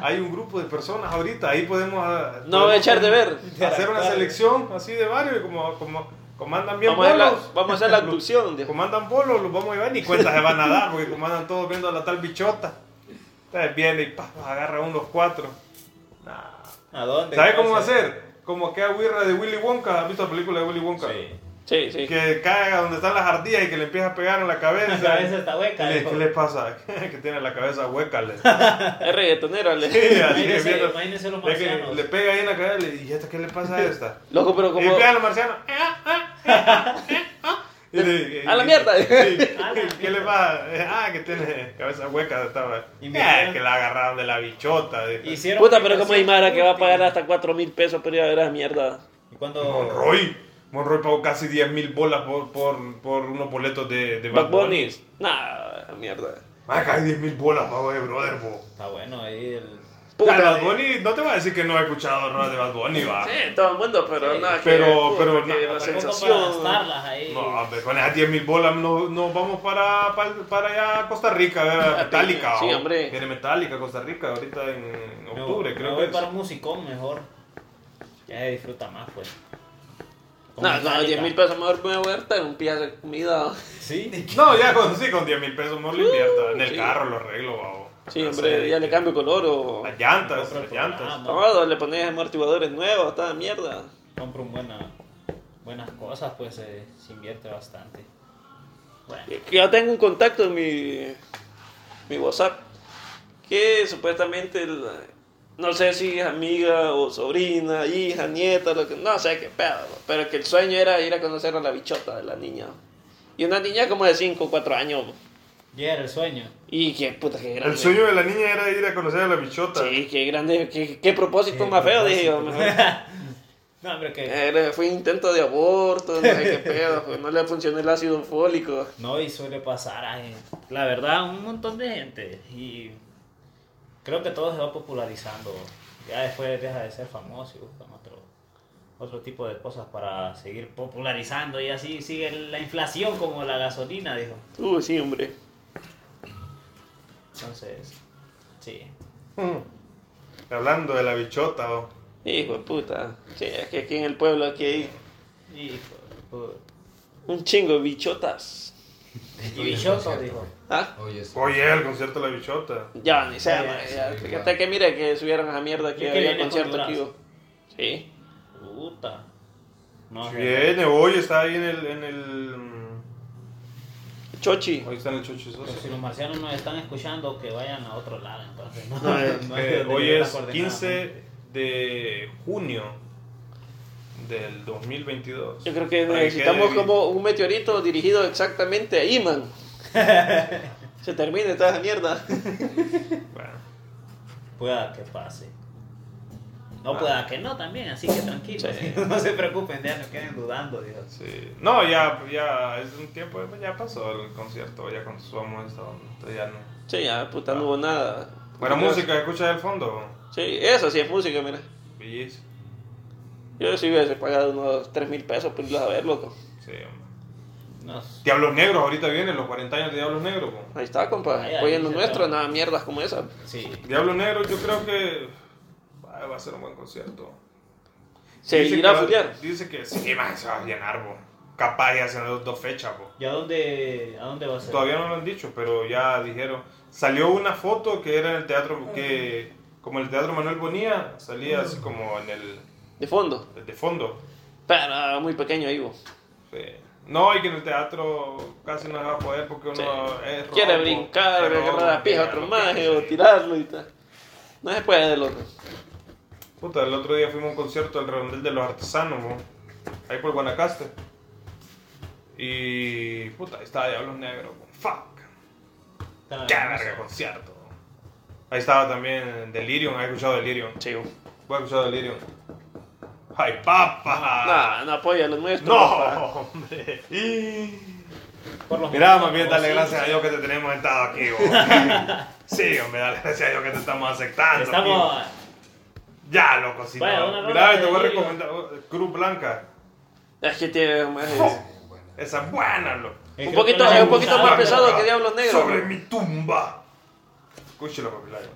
A: hay un grupo de personas ahorita, ahí podemos... ah,
C: No voy a
A: podemos
C: echar de ver.
A: Hacer una selección así de varios, y como, como, como andan bien
C: Vamos a, hacer la,
A: bolos,
C: vamos a hacer la abducción. dijo.
A: como andan bolos, los vamos a llevar, ni cuenta se van a dar, porque como andan todos viendo a la tal bichota. Entonces viene y pa, agarra uno los cuatro. Nah.
B: ¿A dónde?
A: ¿Sabes cómo va a
B: Entonces,
A: ser? Como aquella guirra de Willy Wonka, ¿has visto la película de Willy Wonka?
B: Sí.
C: Sí, sí.
A: que caiga donde están las ardillas y que le empieza a pegar en la cabeza.
B: La cabeza está hueca,
A: ¿Qué le,
B: dijo.
A: ¿qué le pasa? que tiene la cabeza hueca. Le,
C: Es reggaetonero, Ale.
A: Sí, así que
B: Imagínense-
A: viendo-
B: imagínense los
A: ve que
B: marcianos.
A: le pega ahí en la cabeza y le dice, ¿y esta qué le pasa a esta?
C: Loco, pero
A: Y
C: como.
A: le pega a los marcianos. "Ah, ah, ah, ah". Y le-
C: A la
A: y-
C: mierda.
A: sí. ¿Qué-
B: A la
A: ¿Qué le pasa? Ah, que tiene cabeza hueca. Estaba.
B: Y
A: "Ah,
B: mira.
A: es que la agarraron de la bichota. dijo.
B: Hicieron
C: Puta, pero como hay
B: aplicación
C: Mara que va a pagar
B: útil.
C: hasta 4 mil pesos por ir a ver a mierda.
B: Y cuando...
A: Monroy. Monroy pagó casi 10 mil bolas por, por, por unos boletos de, de
C: Bad Bunny. Nah, mierda.
A: Ah, casi 10 mil bolas pago de brother, bo.
B: Está bueno ahí el...
A: Puta,
C: Puta,
A: Bad Bunny, no te voy a decir que no he escuchado rolas de Bad Bunny, va.
C: Sí, todo el mundo, pero
B: Sí.
C: nada. que-
A: Pero-
C: puta,
A: pero
C: que
A: no, tampoco
B: Tampoco
C: la
B: para
C: sensación.
B: gastarlas ahí.
A: No, hombre, con esas 10 mil bolas nos no vamos para, para, para allá a Costa Rica, a ver a Metallica.
C: Sí,
A: o-
C: hombre.
A: Viene Metallica, Costa Rica, ahorita en, en
B: Me-
A: octubre,
B: me
A: creo
B: voy
A: que es.
B: para un musicón mejor. Ya se disfruta más, pues. Con
C: Nah, no,
B: Metallica.
C: 10 mil pesos mejor me voy a gastar en un pillazo de comida.
B: Sí.
A: No, ya con, sí, con 10 mil pesos no lo invierto. En el
C: Uh, sí.
A: carro lo arreglo, va.
C: Sí, hombre, ya le cambio color o.
A: Las llantas,
B: Compro
A: las
B: programa.
A: llantas.
C: Todo, le pones amortiguadores nuevos, toda mierda.
B: Compro un buena, buenas cosas, pues eh, se invierte bastante. Bueno.
C: Que Yo tengo un contacto en mi, mi WhatsApp que supuestamente, la- no sé si es amiga o sobrina, hija, nieta, lo que, no sé qué pedo, ¿no? pero que el sueño era ir a conocer a la bichota de la niña. Y una niña como de 5 o 4 años. ¿no?
B: Ya era el sueño.
C: Y qué puta, qué grande.
A: El sueño de la niña era ir a conocer a la bichota.
C: Sí, qué grande, qué, qué propósito
B: Qué
C: más feo, dije yo.
B: propósito.
C: mejor. Eh.
B: No, hombre, que
C: Era- Fue intento de aborto, no sé qué pedo, pues, no le funcionó el ácido fólico.
B: no, y suele pasar a La verdad, un montón de gente. Y creo que todo se va popularizando. Ya después deja de ser famoso y buscan otro, otro tipo de cosas para seguir popularizando. Y así sigue la inflación como la gasolina, dijo.
C: Uh, sí, hombre.
B: Entonces, sí.
A: Hablando de la bichota, oh.
C: Hijo de puta. Sí, es que aquí en el pueblo aquí hay
B: Hijo de puta.
C: un chingo de bichotas.
B: Y bichoto, dijo.
C: ¿Ah?
D: Oye, sí.
A: Oye, el concierto de la bichota.
C: Ya, ni sé,
B: Ya,
C: ma,
B: sí,
C: ya.
D: igual.
C: Fíjate que mire que subieron esa mierda que
B: Es que
C: había
B: viene
C: concierto
B: con
C: aquí.
B: Durazno.
C: oh. Sí.
B: Puta. No,
A: Si
B: gente.
A: Viene, hoy está ahí en el. En el mm,
C: Chochi.
A: hoy está en el Chuchi
B: Pero
A: Sosa.
B: si los marcianos nos están escuchando, que vayan a otro lado, entonces. No,
C: No, eh,
B: No hay
A: Eh,
B: donde
A: hoy es
B: llegar las coordenadas,
A: 15 de junio del 2022.
C: Yo creo que
A: Para
C: necesitamos
A: quede-
C: como un meteorito dirigido exactamente a Iman. Se termine toda esa mierda.
A: Bueno,
B: ¿no? Pueda que pase. No
A: Ah.
B: pueda que no también, así que tranquilos.
C: Sí.
B: No se preocupen, ya no queden dudando, Dios.
A: sí. No, ya, ya es un tiempo, ya pasó el concierto, ya consumamos esta onda, entonces ya no.
C: Sí, ya, puta, no hubo nada.
A: Buena
C: Creo-
A: música, escucha del fondo.
C: Sí, eso sí es música, mira.
A: Bellísimo.
C: Yo sí hubiese pagado unos 3 mil pesos por irlos a ver, loco.
A: Sí, hombre.
B: Nos-
A: Diablos Negros, ahorita vienen los 40 años de Diablos Negros. po.
C: Ahí está, compa.
B: Ahí, ahí
C: Apoyen lo
B: se
C: nuestro,
B: está.
C: nada mierdas como esa.
B: Sí.
A: Diablos Negros, yo creo que ah, va a ser un buen concierto.
C: Se
A: Dice
C: irá
A: que
C: a
A: va-
C: futear.
A: Dice que sí, man, se va a llenar, bo. Capaz ya hacen dos, dos fechas, bo.
B: ¿Y a dónde, a dónde va a ser?
A: Todavía no lo han dicho, pero ya dijeron. Salió una foto que era en el teatro, que como en el teatro Manuel Bonía, salía así como en el
C: De fondo.
A: de fondo.
C: Pero ah, muy pequeño ahí, vos.
A: Sí. No, y que en el teatro casi no se va a poder porque uno
C: Sí.
A: es
C: Quiere
A: robo,
C: brincar,
A: es robo,
C: agarrar la pija a otro
A: sí.
C: maje o tirarlo y tal. No se puede, loco.
A: Puta, el otro día fuimos a un concierto al redondel de los artesanos, bo, ahí por Guanacaste. Y puta, ahí estaba Diablos Negros, bo. fuck.
B: Está
A: Qué
B: hermoso.
A: verga concierto. Ah, Ahí estaba también Delirium, ¿has escuchado Delirium?
C: Sí, vos.
A: Voy a escuchar Delirium. ¡Ay, papá!
C: No, no apoya lo nuestro.
A: ¡No,
C: compa.
A: hombre!
B: Por los
A: Mirá, más
B: momentos,
A: bien, dale
B: sí.
A: gracias a Dios que te tenemos estado aquí, vos. Sí, hombre, dale gracias a Dios que te estamos aceptando.
B: Estamos. eh,
A: aquí. Ya, loco, si
B: Vaya,
A: no.
B: una
A: Mirá,
B: rola
A: te voy a
B: de Delirium.
A: recomendar oh, Cruz Blanca.
C: Es que tiene más. eh,
D: Ah,
A: Esa es buena, loco.
B: Eh,
C: Un
B: creo
C: poquito-
B: que la
C: es un
B: hemos
C: poquito
B: usado,
C: más
B: pero-
C: pesado. que Diablos Negros,
A: Sobre
C: bro.
A: mi tumba. Escúchelo, papi. Layo.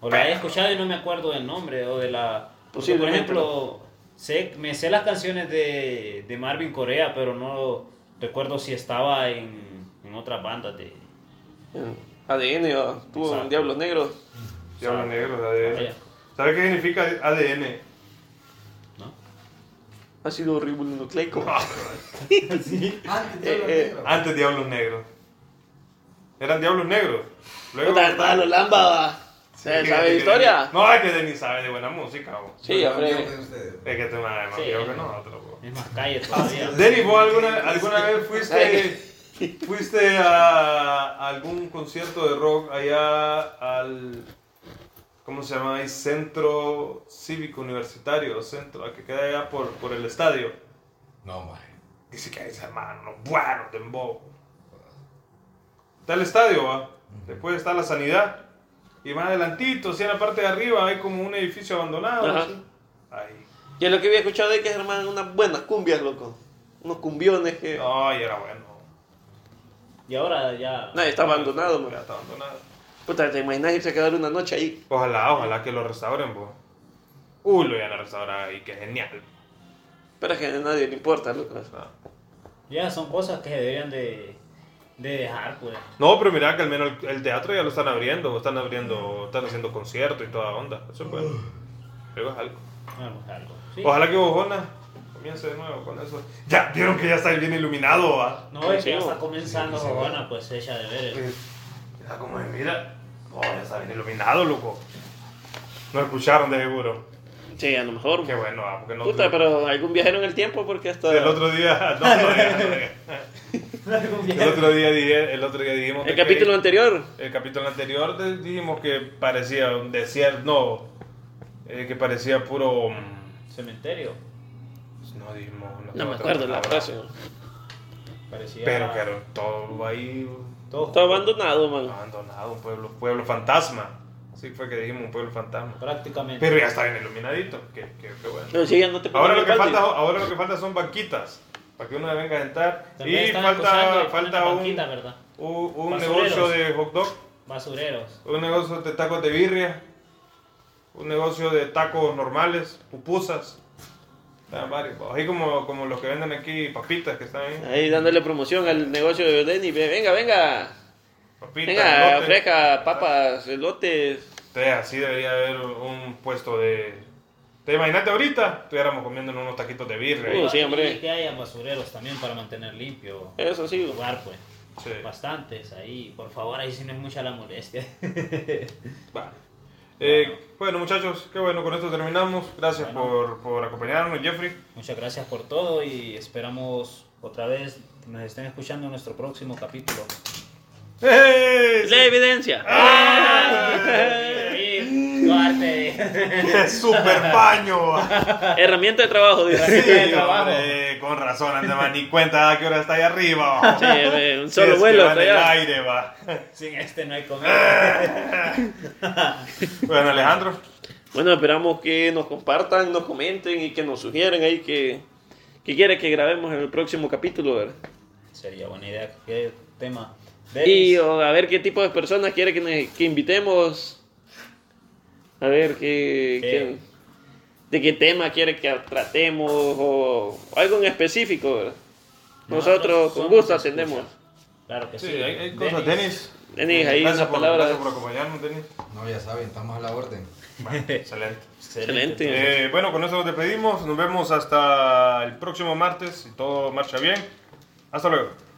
B: O la he escuchado y no me acuerdo del nombre o de la... Porque, por
C: Posiblemente
B: ejemplo, sé, me sé las canciones de, de Marvin Corea, pero no recuerdo si estaba en, en otra banda de...
C: ADN, o tuvo
B: Exacto.
C: un diablo negro.
A: Diablo
B: Sabe.
A: negro, de ADN.
B: Vaya.
A: ¿Sabes qué significa ADN?
B: ¿No?
C: Ha sido ribonucleico.
D: Antes de los
C: Eh, eh,
D: negros.
A: Antes Diablos Negros. Eran Diablos Negros. Luego.
C: Puta, estaba lo lamba, va.
A: Sí,
C: ¿Sabe
A: fíjate
C: sabe
A: que
C: historia?
A: Denis- No, es que Denis sabe de buena música, vos.
C: Sí,
D: Yo
C: hombre.
D: de ustedes.
A: Es que te más más
B: Sí.
A: viejo que nosotros, vos.
B: Es más calle todavía.
A: Denis, ¿vos alguna, alguna vez fuiste, fuiste a, a algún concierto de rock allá al. ¿Cómo se llama ahí? Centro Cívico Universitario, centro, a que queda allá por, por el estadio.
E: No, maje.
A: Dice que hay hermanos buenos de Está el estadio, va. Después está la sanidad. Y más adelantito, así en la parte de arriba, hay como un edificio abandonado.
C: Ajá.
A: así. Ahí.
C: Yo lo que había escuchado es que hermano unas buenas cumbias, loco. Unos cumbiones que.
A: No, y era bueno.
B: Y ahora ya...
C: Nadie está abandonado,
A: Ya
C: man.
A: está abandonado.
C: Puta, te imaginas irse a quedar una noche ahí.
A: Ojalá, ojalá que lo restauren, vos. Uy, lo iban a restaurar ahí, que genial.
C: Pero es que a nadie le importa, loco.
A: No.
B: Ya son cosas que se deberían de, de dejar, pues.
A: No, pero mira que al menos el, el teatro ya lo están abriendo, están abriendo, están haciendo conciertos y toda onda. Eso es bueno. Pero es algo.
B: Vamos, algo. Sí.
A: Ojalá que Bojona comience de nuevo con eso. Ya, vieron que ya está bien iluminado, va.
B: No, es que ya
C: Sí,
B: está
C: o-
B: comenzando,
E: sí, sí,
B: Juana, pues ella de ver.
A: Está como de mira. Oh, ya está bien iluminado, loco. No escucharon de seguro.
C: Sí, a lo mejor.
A: Qué bueno, va, porque no.
C: Puta, pero algún viajero en el tiempo, porque hasta.
A: El otro día. No, no, ya, no, ya. el otro día dije- el otro día dijimos
C: El
A: que-
C: capítulo anterior.
A: el capítulo anterior de- dijimos que parecía un desierto, no, eh, que parecía puro mm,
B: Cementerio.
A: no dijimos una-
C: No me
A: otra
C: acuerdo la
A: palabra.
C: frase.
B: Parecía...
A: Pero que era todo ahí
B: todo-
C: Está abandonado, man.
A: abandonado, un pueblo, pueblo fantasma. Así fue que dijimos un pueblo fantasma.
B: Prácticamente.
A: Pero ya está bien iluminadito, que, que- que bueno.
C: No, sí, ya no te
A: Ahora lo, que
C: pongas
A: falta,
C: mal,
A: ahora lo que falta son banquitas, para que uno se venga a sentar.
B: También
A: Y
B: están
A: falta,
B: acosando y
A: falta
B: ponen
A: un,
B: banquita, ¿verdad?
A: un, un
B: Basureros.
A: negocio de hot dog.
B: Basureros.
A: Un negocio de tacos de birria. Un negocio de tacos normales, pupusas. Está varios, Así como, como los que venden aquí, papitas que están ahí.
C: Ahí dándole promoción al negocio de Denis. Ve- Venga, venga.
A: Papitas,
C: Venga,
A: elote.
C: fresca, papas, elotes.
A: Entonces, así debería haber un, un puesto de... ¿Te imaginaste ahorita? Estuviéramos comiendo unos taquitos de birria. ahí.
C: Uh, sí, hombre.
B: Y que haya basureros también para mantener limpio
C: Eso sí.
B: el lugar, pues.
A: Sí.
B: Bastantes ahí. Por favor, ahí sí no es mucha la molestia.
A: Va. Eh, bueno, muchachos, qué bueno, con esto terminamos. Gracias por, por acompañarnos, Jeffrey.
B: Muchas gracias por todo y esperamos otra vez que nos estén escuchando en nuestro próximo capítulo.
A: ¡Ey!
C: La evidencia.
A: ¡Ah!
B: Duarte.
A: ¡Super paño!
C: Herramienta de trabajo, dice.
B: Herramienta de
A: Sí,
B: trabajo.
A: hombre, con razón, anda más ni cuenta a qué hora está ahí arriba.
C: Sí, ve, un
A: Si
C: solo
A: es que
C: vuelo.
A: va en el
C: traía.
A: aire, va.
B: Sin este no hay comida.
A: Bueno, Alejandro,
C: Bueno, esperamos que nos compartan, nos comenten y que nos sugieran ahí que, que quiere que grabemos en el próximo capítulo, ¿verdad?
B: Sería buena idea. ¿Qué tema?
C: Y
B: Denis,
C: o, a ver qué tipo de personas quiere que, nos- que invitemos. A ver qué,
B: ¿Qué?
C: qué- de qué tema quiere que tratemos o, algo en específico, ¿verdad? Nosotros con
B: somos
C: gusto
B: escucha.
C: atendemos.
B: Claro que sí.
A: sí, hay, hay cosas, Denis.
C: Denis, ahí
A: gracias,
C: unas
A: por,
C: palabras.
A: gracias por acompañarnos, Denis.
D: No, ya saben, estamos a la orden.
A: Bueno, excelente.
B: Excelente.
C: Excelente.
A: Eh, bueno, con eso nos despedimos. Nos vemos hasta el próximo martes, si todo marcha bien. Hasta luego.